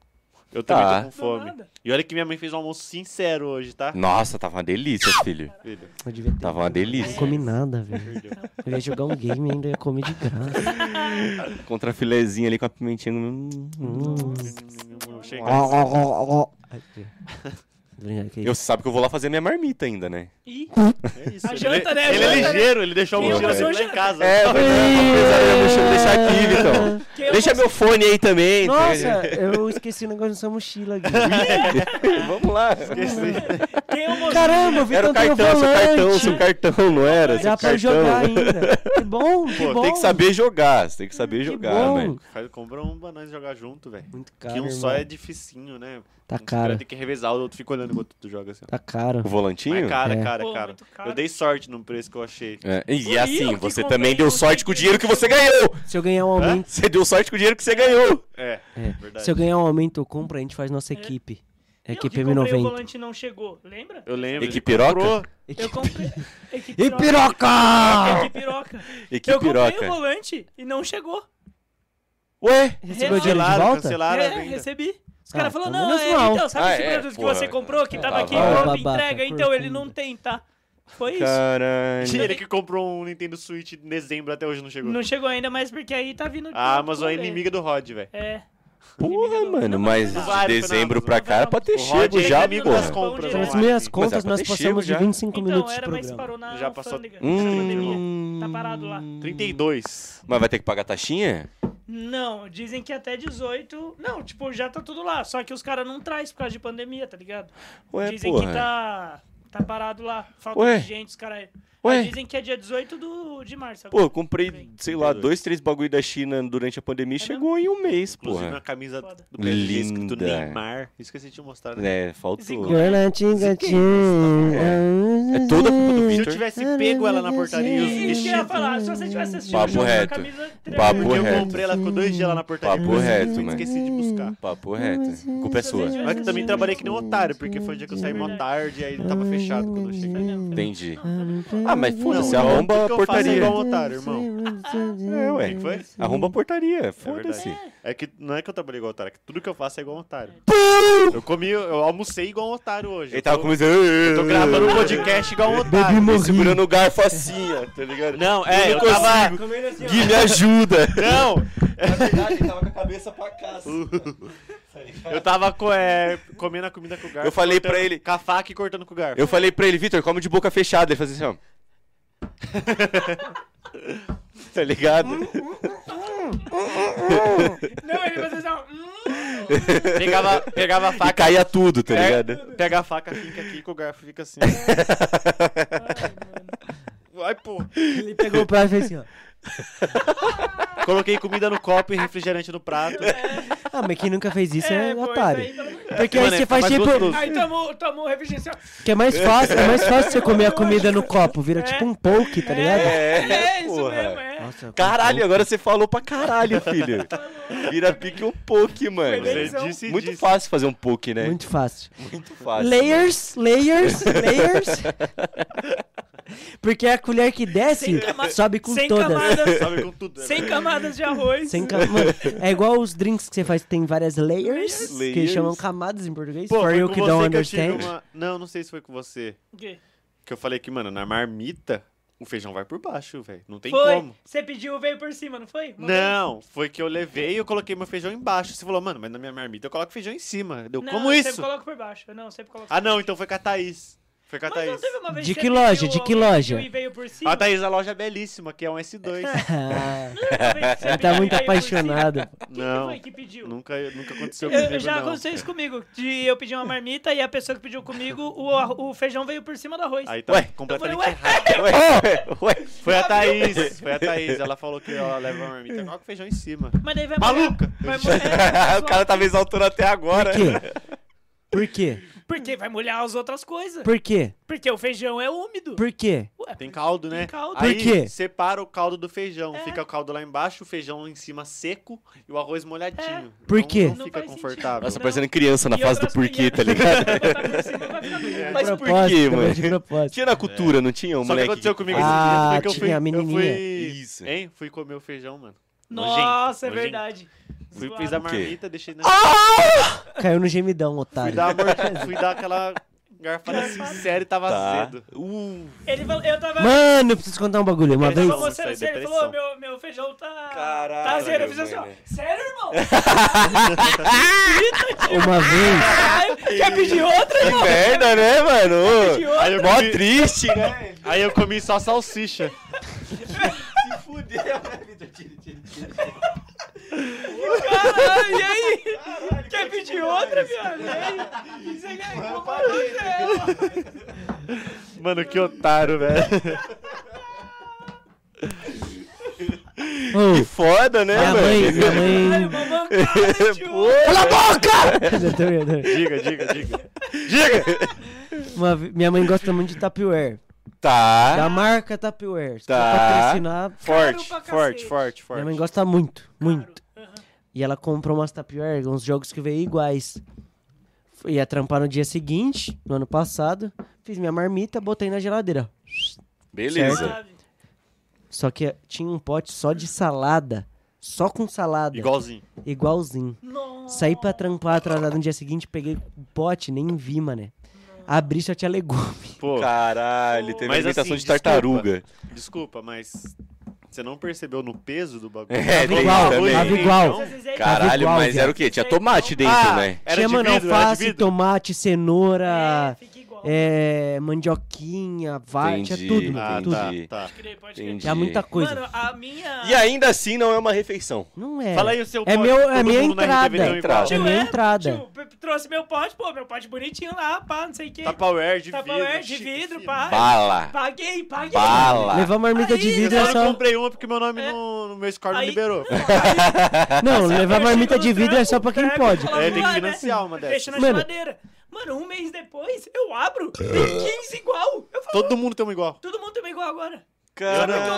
S2: Eu
S3: Tá.
S2: também tô com
S1: Do
S2: fome.
S1: nada.
S2: E olha que minha mãe fez um almoço sincero hoje, tá?
S3: Nossa, tava uma delícia, filho.
S2: Filho,
S4: Eu devia ter.
S3: Tava uma
S4: Não
S3: delícia.
S4: comi nada, velho.
S2: perdeu.
S4: Eu ia jogar um game e ainda ia comer de graça.
S3: Contra filezinho ali com a pimentinha. Hum, hum.
S2: Chega.
S4: Ai, que- Obrigado, que é
S3: Eu você sabe que eu vou lá fazer minha marmita ainda, né?
S1: E
S2: É isso.
S1: A janta, né?
S2: Ele, ele
S1: A
S2: é
S1: janta, né?
S2: ligeiro, ele deixou o
S1: Quem
S2: mochila
S1: almoçou
S2: dele lá em
S1: janta?
S2: casa.
S3: É, mas eu vou deixar, deixar aqui, Vitão.
S1: Quem
S3: Deixa meu fone aí também. tá
S4: Nossa, eu esqueci o negócio da sua mochila aqui.
S3: ligado? Vamos lá.
S1: Quem almoçou?
S4: Caramba, o
S3: Era
S4: Vitão
S3: o
S4: tem o
S3: cartão, seu cartão,
S4: Então, volante.
S3: seu cartão, não era?
S4: Dá
S3: Seu
S4: pra eu jogar
S3: cartão.
S4: ainda. Que bom, que
S2: Pô,
S4: bom.
S3: Tem que saber jogar, você tem que saber
S4: que
S3: jogar,
S4: bom.
S3: né?
S2: Faz- Compra um pra nós jogar junto, velho.
S4: Muito caro,
S2: Que um
S4: irmão.
S2: só é dificinho, né?
S4: Tá
S2: Um cara
S4: caro,
S2: Tem que revezar, o outro fica olhando enquanto tu joga assim. ó.
S4: tá caro.
S3: O
S2: Mas
S3: volantinho?
S2: é caro, é
S4: É.
S2: caro, é
S1: Pô,
S2: caro.
S1: muito caro.
S2: Eu dei sorte no preço que eu achei.
S3: É, E
S1: Fui eu
S3: assim,
S1: que
S3: você
S1: comprei,
S3: também deu
S1: eu
S3: sorte
S1: sei
S3: com o
S1: que-
S3: dinheiro que você ganhou.
S4: Se eu ganhar um aumento,
S3: Você deu sorte com o dinheiro que você ganhou.
S2: É,
S4: É.
S2: verdade.
S4: se eu ganhar um aumento ou compra, a gente faz nossa equipe. É
S1: Eu que
S4: Equipe
S1: comprei, O
S4: M90.
S1: volante não chegou, lembra?
S2: Eu lembro. ele
S3: Equipiroca?
S2: comprou.
S1: Eu comprei. Equipe
S4: E
S1: piroca.
S4: piroca!
S1: Equipe piroca.
S3: E que
S1: Eu comprei o É
S3: piroca.
S1: volante e não chegou.
S3: Ué?
S4: Recebeu o dinheiro de
S2: Cancelaram,
S4: volta?
S2: cancelaram. a
S1: é,
S2: venda.
S1: recebi. Os
S4: Ah,
S1: caras falaram,
S4: então
S1: não,
S4: menos
S1: é,
S4: mal.
S1: então, sabe
S3: Ah,
S1: esse
S3: é,
S1: produto que
S3: porra. Ah,
S1: você comprou, que tava aqui,
S3: Babaca,
S1: pronto,
S4: babaca,
S1: entrega, então ele
S4: corcunda.
S1: não tem, tá? Foi isso.
S3: Caralho.
S2: Ele que comprou um Nintendo Switch em dezembro até hoje não chegou.
S1: Não chegou ainda, mas porque aí tá vindo...
S2: A Amazon é
S1: tudo,
S2: inimiga do Rod, velho.
S1: É.
S3: Porra, mano, mas
S2: não.
S3: de dezembro
S1: né?
S3: pra cá era pra ter
S2: O Rod
S3: chego
S2: é
S3: já,
S2: inimigo das
S3: porra.
S2: compras.
S4: São
S1: Mas
S4: as
S2: online.
S4: minhas
S3: Mas é
S4: contas,
S3: pra
S4: nós
S3: ter chego
S4: passamos de
S3: já.
S4: 25
S1: Então,
S4: minutos de
S1: era, mas
S4: programa.
S1: parou na
S2: Já passou-
S1: alfândega. na pandemia.
S3: Hum.
S1: Tá parado lá.
S2: 32.
S3: Mas vai ter que pagar taxinha?
S1: Não, dizem que até 18... Não, tipo, já tá tudo lá, só que os caras não traz por causa de pandemia, tá ligado?
S3: Ué,
S1: dizem
S3: porra.
S1: que tá... Tá parado lá, falta
S3: Ué.
S1: de gente, os caras...
S3: Ué.
S1: Dizem que é dia 18 do, de março agora.
S3: Pô, eu comprei, sei lá, dois, três bagulho da China durante a pandemia e chegou em um mês,
S2: Inclusive, uma
S3: porra.
S2: camisa
S1: Foda.
S2: do PSG escrito
S3: Linda.
S2: Neymar. Esqueci de te mostrar. né?
S3: É, faltou.
S1: Segura.
S3: É toda culpa do
S2: Se eu
S3: Victor.
S2: tivesse pego ela na portaria e os
S1: Isso que eu ia
S2: vestidos...
S1: falar, se você tivesse assistido
S3: Hum. Papo
S1: o jogo, a
S3: reto.
S1: camisa
S3: Papo
S1: tremendo.
S2: Porque eu
S3: reto.
S2: comprei, ela ficou dois dias lá na portaria.
S3: Papo
S2: por isso que
S3: reto, né?
S2: eu
S3: mano.
S2: Esqueci de buscar.
S3: Papo reto. Culpa é sua.
S2: Mas que eu também trabalhei que nem um otário, porque foi o dia que eu saí mó tarde e aí ele tava fechado quando eu
S4: Hum.
S2: cheguei.
S3: Entendi.
S1: Não,
S3: Ah, mas foda-se,
S2: Não,
S3: arromba
S2: tudo
S3: a
S2: que eu faço é
S3: portaria.
S2: igual um otário, irmão.
S3: É,
S2: O que
S3: ué.
S2: que foi?
S3: Arromba a portaria,
S2: É verdade.
S3: foda-se.
S2: É que não é que eu trabalhei igual otário, é que tudo que eu faço é igual um otário. Eu comi, eu almocei igual um otário hoje.
S3: Ele
S2: Eu
S3: tava
S2: tô-
S3: começando.
S2: Tô gravando um podcast igual um otário.
S3: segurando o garfo assim, ó, tá ligado?
S2: Não, é, eu, tava.
S3: Gui, me ajuda!
S2: Não!
S3: Na verdade, ele tava com a cabeça pra cá. assim, ó.
S2: Eu tava co- é, comendo a comida com o garfo.
S3: Eu falei
S2: cortando
S3: pra ele-
S2: Com a faca e cortando com o garfo.
S3: Eu falei pra ele, Vitor, come de boca fechada. Ele fazia assim, ó. tá ligado?
S1: Não, ele vai dizer, ó, hum,
S2: Pegava, pegava a
S3: E
S2: faca.
S3: caía tudo, tá
S2: é,
S3: ligado?
S2: pega a faca, fica aqui com o garfo, fica assim. Ai, pô.
S4: Ele pegou o prato e fez assim, ó.
S2: Coloquei comida no copo e refrigerante no prato.
S4: Ah, mas quem nunca fez isso é,
S1: é, pô,
S4: otário.
S1: isso aí tá-
S4: Porque
S2: Mano,
S4: aí você
S2: é
S4: faz
S2: mais
S4: tipo.
S2: gostoso.
S1: Aí tomou, tomou refrigerante. assim, ó.
S4: Que é mais fácil, é mais fácil você comer a comida no copo. Vira tipo um poke, tá ligado?
S3: É,
S1: É, isso
S3: porra.
S1: mesmo, é.
S4: Nossa,
S3: Caralho, agora você falou pra caralho, filho. Vira pique um poke, mano.
S1: Foi bem
S2: Você disse e
S3: Muito
S2: disse.
S3: fácil fazer um poke, né?
S4: muito fácil.
S3: Muito fácil.
S4: Layers, layers, layers. Porque é a colher que desce
S1: Sem cama-
S4: sobe com
S1: sem
S4: todas.
S1: camadas,
S2: Sabe, com tudo. né?
S1: sem camadas de arroz.
S4: Sem cam... Mano, é igual os drinks que você faz, tem várias layers, que
S3: Layers.
S4: chamam camadas em português.
S2: Pô,
S4: for
S2: foi
S4: you
S2: com
S4: que
S2: você
S4: don't
S2: que eu tive
S4: understand.
S2: uma- Não, não sei se foi com você.
S1: Ok.
S2: Que eu falei que, mano, na marmita, o feijão vai por baixo, velho. Não tem
S1: Foi.
S2: como.
S1: Você pediu, veio por cima, não foi? Uma
S2: Não, foi que eu levei e eu coloquei meu feijão embaixo. Você falou, mano, mas na minha marmita eu coloco feijão em cima. Deu,
S1: vez? Não,
S2: como
S1: eu
S2: isso?
S1: Sempre coloco por baixo. Eu Não, sempre coloco.
S2: Ah, não, então foi com a Thaís. Foi com a
S1: Mas não
S2: Thaís.
S1: teve uma vez
S4: De
S1: você
S4: que
S1: pediu,
S4: loja? De que
S1: alguém
S4: loja?
S1: pediu E veio por cima.
S2: A Thaís, a loja é belíssima, que é um S2.
S4: Ah,
S1: Ele
S4: ele tá muito apaixonado.
S1: Quem
S2: não,
S1: foi que pediu?
S2: nunca, nunca aconteceu
S1: Eu,
S2: comigo,
S1: já
S2: não.
S1: aconteceu isso comigo. De eu pedir uma marmita e a pessoa que pediu comigo, o, arro- o feijão veio por cima do arroz.
S2: Aí tá
S3: Ué,
S1: eu falei,
S2: completamente
S1: ué,
S2: errado.
S3: Ué, ué.
S2: Foi a Thaís, foi a Thaís. Ela falou que ela leva a marmita, coloca o feijão em cima.
S1: mas daí vai
S2: Maluca!
S1: molhar. Vai molhar
S3: o cara tava exaltando até agora.
S4: Por quê? Por quê?
S1: Porque vai molhar as outras coisas.
S4: Por quê?
S1: Porque o feijão é úmido.
S4: Por quê?
S1: Ué,
S2: Tem caldo, né?
S1: Tem caldo.
S2: Aí
S4: Por quê?
S2: separa o caldo do feijão.
S1: É.
S2: Fica o caldo lá embaixo, o feijão em cima seco e o arroz molhadinho.
S4: É. Por
S2: Não-
S4: quê?
S2: Não,
S1: Não
S2: fica
S1: faz
S2: confortável.
S3: Nossa,
S1: Não.
S3: parecendo criança na
S1: e
S3: fase do
S1: outras
S3: porquê, tá
S1: colheres,
S3: ligado?
S1: vai botar por cima, vai ficar bonito.
S3: Mas por
S4: Propósito,
S3: quê,
S4: também
S3: mano?
S4: De propósito.
S3: Tinha na cultura, não tinha um
S2: Só que
S3: moleque?
S2: aconteceu comigo
S4: Ah,
S2: esse dia foi que eu fui,
S4: tinha a menininha.
S2: Eu fui...
S3: Isso.
S2: Hein? Fui comer o feijão, mano.
S1: Nossa, é
S2: Nojento,
S1: verdade.
S2: Fui,
S1: Zoado.
S2: fiz a
S3: quê?
S2: marmita, deixei na...
S4: Ah! Caiu no gemidão,
S2: Fui
S4: otário.
S2: dar, a mor- fui dar aquela garfada sincera e tava
S3: Tá.
S2: cedo.
S3: Uh,
S1: Ele falou, eu tava.
S4: Mano, eu preciso contar um bagulho. Uma
S1: Ele tava
S4: vez.
S2: Isso
S1: mostrando
S2: aí,
S1: assim, ele
S2: depressão.
S1: falou, meu, meu feijão tá.
S3: Caralho,
S1: tá zero. Eu fiz assim, ó.
S3: mano.
S1: Sério, irmão?
S4: Uma vez.
S1: Caralho, Quer pedir outra, irmão?
S3: merda, né,
S1: De
S3: mano?
S1: outra?
S3: Mó triste, né?
S2: Aí eu comi só salsicha.
S3: Fudeu, né, Vitor? Tira, tira, tira.
S1: Caralho, e aí? Quer pedir outra, viado? E aí? Isso aí é incomodante, velho.
S2: Mano, que otário, velho.
S4: Ô,
S3: Que foda, né,
S4: minha
S3: mano?
S4: mãe,
S1: Caralho,
S4: minha mãe.
S1: uma mancada de
S3: Pô,
S1: outra.
S4: Cala a boca!
S2: Diga, diga, diga.
S4: Uma ve- minha mãe gosta muito de Tupperware.
S2: Ah.
S4: Da
S3: Tá.
S4: marca Tupperware. Se
S3: Tá.
S4: for patrocinar,
S2: Forte,
S1: pra cacete.
S2: forte, forte,
S4: minha mãe
S2: forte.
S4: gosta muito,
S2: Uhum.
S4: muito. E ela comprou umas Tupperware, uns jogos que veio iguais. F- Ia trampar no dia seguinte, no ano passado. Fiz minha marmita, botei na geladeira.
S3: Beleza.
S1: Suave.
S4: Só que tinha um pote só de salada. Só com salada.
S2: Igualzinho.
S4: Igualzinho.
S1: Nossa.
S4: Saí pra trampar atrasado no dia seguinte, peguei o pote, nem vi, mané. Abri, só tinha legume.
S2: Pô,
S3: Caralho, teve
S2: Mas,
S3: alimentação
S2: assim,
S3: de tartaruga.
S2: desculpa, mas você não percebeu no peso do bagulho?
S3: É, tem
S4: igual,
S3: também.
S4: tava igual.
S1: Vocês aí-
S3: Caralho,
S4: igual,
S3: mas era o quê? Tinha tomate dentro,
S2: Ah,
S3: né?
S2: Era
S4: tinha,
S2: de
S4: mano,
S2: vidro, era de
S4: alface,
S2: vidro?
S4: tomate,
S1: É,
S4: cenoura,
S1: fica igual.
S4: é, mandioquinha, vai, tinha
S3: Entendi.
S4: tudo.
S2: Ah,
S4: tudo.
S2: tá,
S3: Entendi.
S2: tá.
S1: Pode crer, pode crer.
S3: Entendi.
S4: Tinha muita coisa.
S1: Mano, a minha.
S3: E ainda assim não é uma refeição.
S4: Não é.
S2: Fala aí o seu
S4: É
S2: pote,
S4: meu- é
S2: todo
S4: minha
S2: mundo na RTV deu
S4: entrada.
S2: igual.
S4: É minha entrada.
S1: Tio, p- trouxe meu pote, pô, meu pote bonitinho lá, pá, não sei o quê.
S2: Tá Tupperware de vidro.
S1: Tupperware Tá de
S2: chique,
S1: vidro,
S2: fino.
S1: pá.
S3: Bala.
S1: Paguei, paguei.
S3: Bala.
S4: Levar marmita de
S1: Aí,
S4: vidro
S2: Eu
S4: é
S2: só
S4: só.
S2: não comprei uma porque meu nome no, no meu score não
S1: É. Aí-
S2: liberou.
S4: Não,
S1: Aí
S4: levar
S1: eu
S4: marmita
S1: chego
S4: de
S1: no
S4: vidro é
S1: trampo,
S4: só pra quem
S1: pego,
S4: pode.
S1: coloco
S2: É, tem que
S1: lá, né?
S2: financiar uma dessas.
S1: Deixa na
S4: Mano.
S1: geladeira. Mano, um mês depois, eu abro, tem 15 igual. Eu falo,
S2: Todo mundo tem um igual.
S1: todo mundo também igual agora.
S2: que eu
S3: Caralho.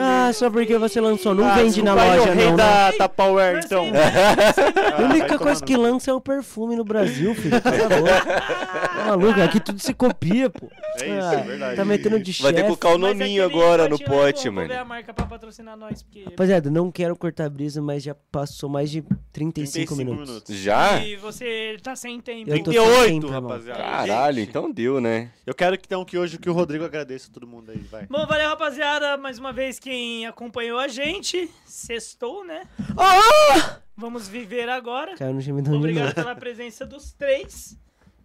S4: Ah, só porque você lançou. Não
S2: Ah,
S4: vende na
S2: desculpa aí,
S4: loja,
S2: o rei
S4: não. né?
S2: da Tupperware,
S1: Mas
S2: então.
S1: aí-
S4: A única
S2: vai
S4: coisa
S2: tomar
S4: que lança é o perfume no Brasil, filho. Tá louco. Tá maluco, aqui tudo se copia, pô.
S2: É isso, é verdade.
S4: Tá metendo de
S3: Vai
S4: chefe.
S3: ter que colocar o
S1: Mas
S3: nominho
S1: aquele
S3: agora no
S1: potinho lá,
S3: pote,
S1: pô, vou ver a
S3: mano.
S1: marca pra patrocinar nós, porque...
S4: Rapaziada, não quero cortar brisa, mas já passou mais de 35,
S2: 35
S4: minutos.
S3: Já?
S1: E você tá sem tempo.
S4: é. Eu tô sem tempo,
S2: 38,
S4: irmão.
S2: rapaziada.
S3: Caralho,
S2: Gente,
S3: então deu, né?
S2: Eu quero então que hoje que o Rodrigo agradeça todo mundo aí, vai.
S1: Bom, valeu, rapaziada. Mais uma vez, quem acompanhou a gente. Sextou, né?
S4: Ah!
S1: Vamos viver agora.
S4: Caiu no gemidão de
S1: Obrigado
S4: novo.
S1: pela presença dos três.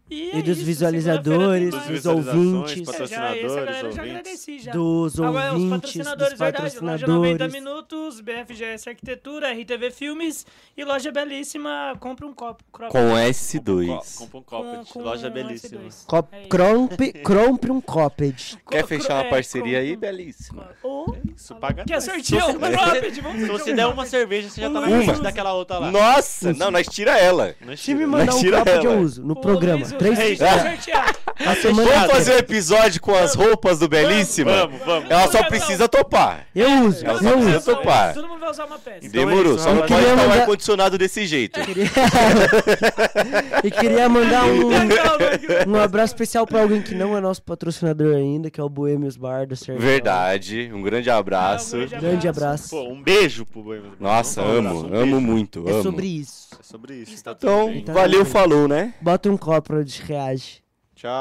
S1: E, é
S4: E dos
S1: isso,
S4: visualizadores,
S1: segunda-feira
S2: Dos
S1: tem mais.
S4: dos ouvintes.
S2: visualizações,
S1: É, já, esse a galera
S2: patrocinadores,
S1: já
S2: ouvintes.
S1: agradeci já.
S4: Dos
S1: Agora, os
S4: ouvintes, dos
S1: patrocinadores, verdade. Loja 90
S4: patrocinadores.
S1: Minutos, BFGS Arquitetura, RTV Filmes e Loja Belíssima. Compra um copo. crop-
S3: Com S2.
S2: Compra um
S1: com-
S2: copo,
S1: com
S2: loja
S1: um
S2: belíssima.
S1: S2.
S4: Cop-
S1: É isso.
S4: crompe- Crompe um Copped.
S3: Quer
S1: Co-
S3: fechar
S1: é,
S3: uma parceria
S1: com-
S3: aí? Belíssima.
S1: Ou-
S2: Isso, paga
S1: Quer
S2: nós.
S1: sortear
S2: Se
S1: um
S2: você-
S1: cropped? Vamos
S2: Se você der uma cerveja, você já tá na
S1: Uma.
S2: frente daquela outra lá.
S3: Nossa! Não, nós tira ela.
S2: Não é
S4: Se
S2: tira.
S4: me mandar um
S3: tira
S4: Copped,
S3: ela.
S4: eu uso. No programa. Três
S1: Três
S2: É.
S1: sortear.
S4: a semana
S3: Vamos
S4: inteira.
S3: fazer um episódio com as roupas do Belíssima?
S2: Vamos, vamos.
S3: Ela só precisa topar.
S4: Eu uso,
S3: Ela
S4: eu
S3: só precisa
S4: uso.
S3: topar.
S1: Todo mundo vai usar uma peça.
S2: Então é
S3: Demorou,
S2: isso,
S3: só não
S2: eu
S3: pode
S4: queria
S3: estar o
S4: mandar-
S3: ar-condicionado desse jeito.
S4: E queria mandar um,
S1: Legal, né?
S4: um abraço especial pra alguém que não é nosso patrocinador ainda, que é o Boêmios Bar do Sertão.
S3: Verdade, um grande abraço.
S1: Ah, um grande abraço.
S4: Grande abraço.
S2: Pô, um beijo pro Boêmio.
S3: Nossa,
S2: Vamos, um
S3: amo,
S2: abraço, um
S3: amo
S2: beijo.
S3: muito,
S4: É
S3: amo.
S4: sobre isso.
S2: É sobre isso.
S1: Está
S2: Então,
S4: Então,
S3: Valeu, falou, né?
S4: Bota um copo de reage.
S2: tchau.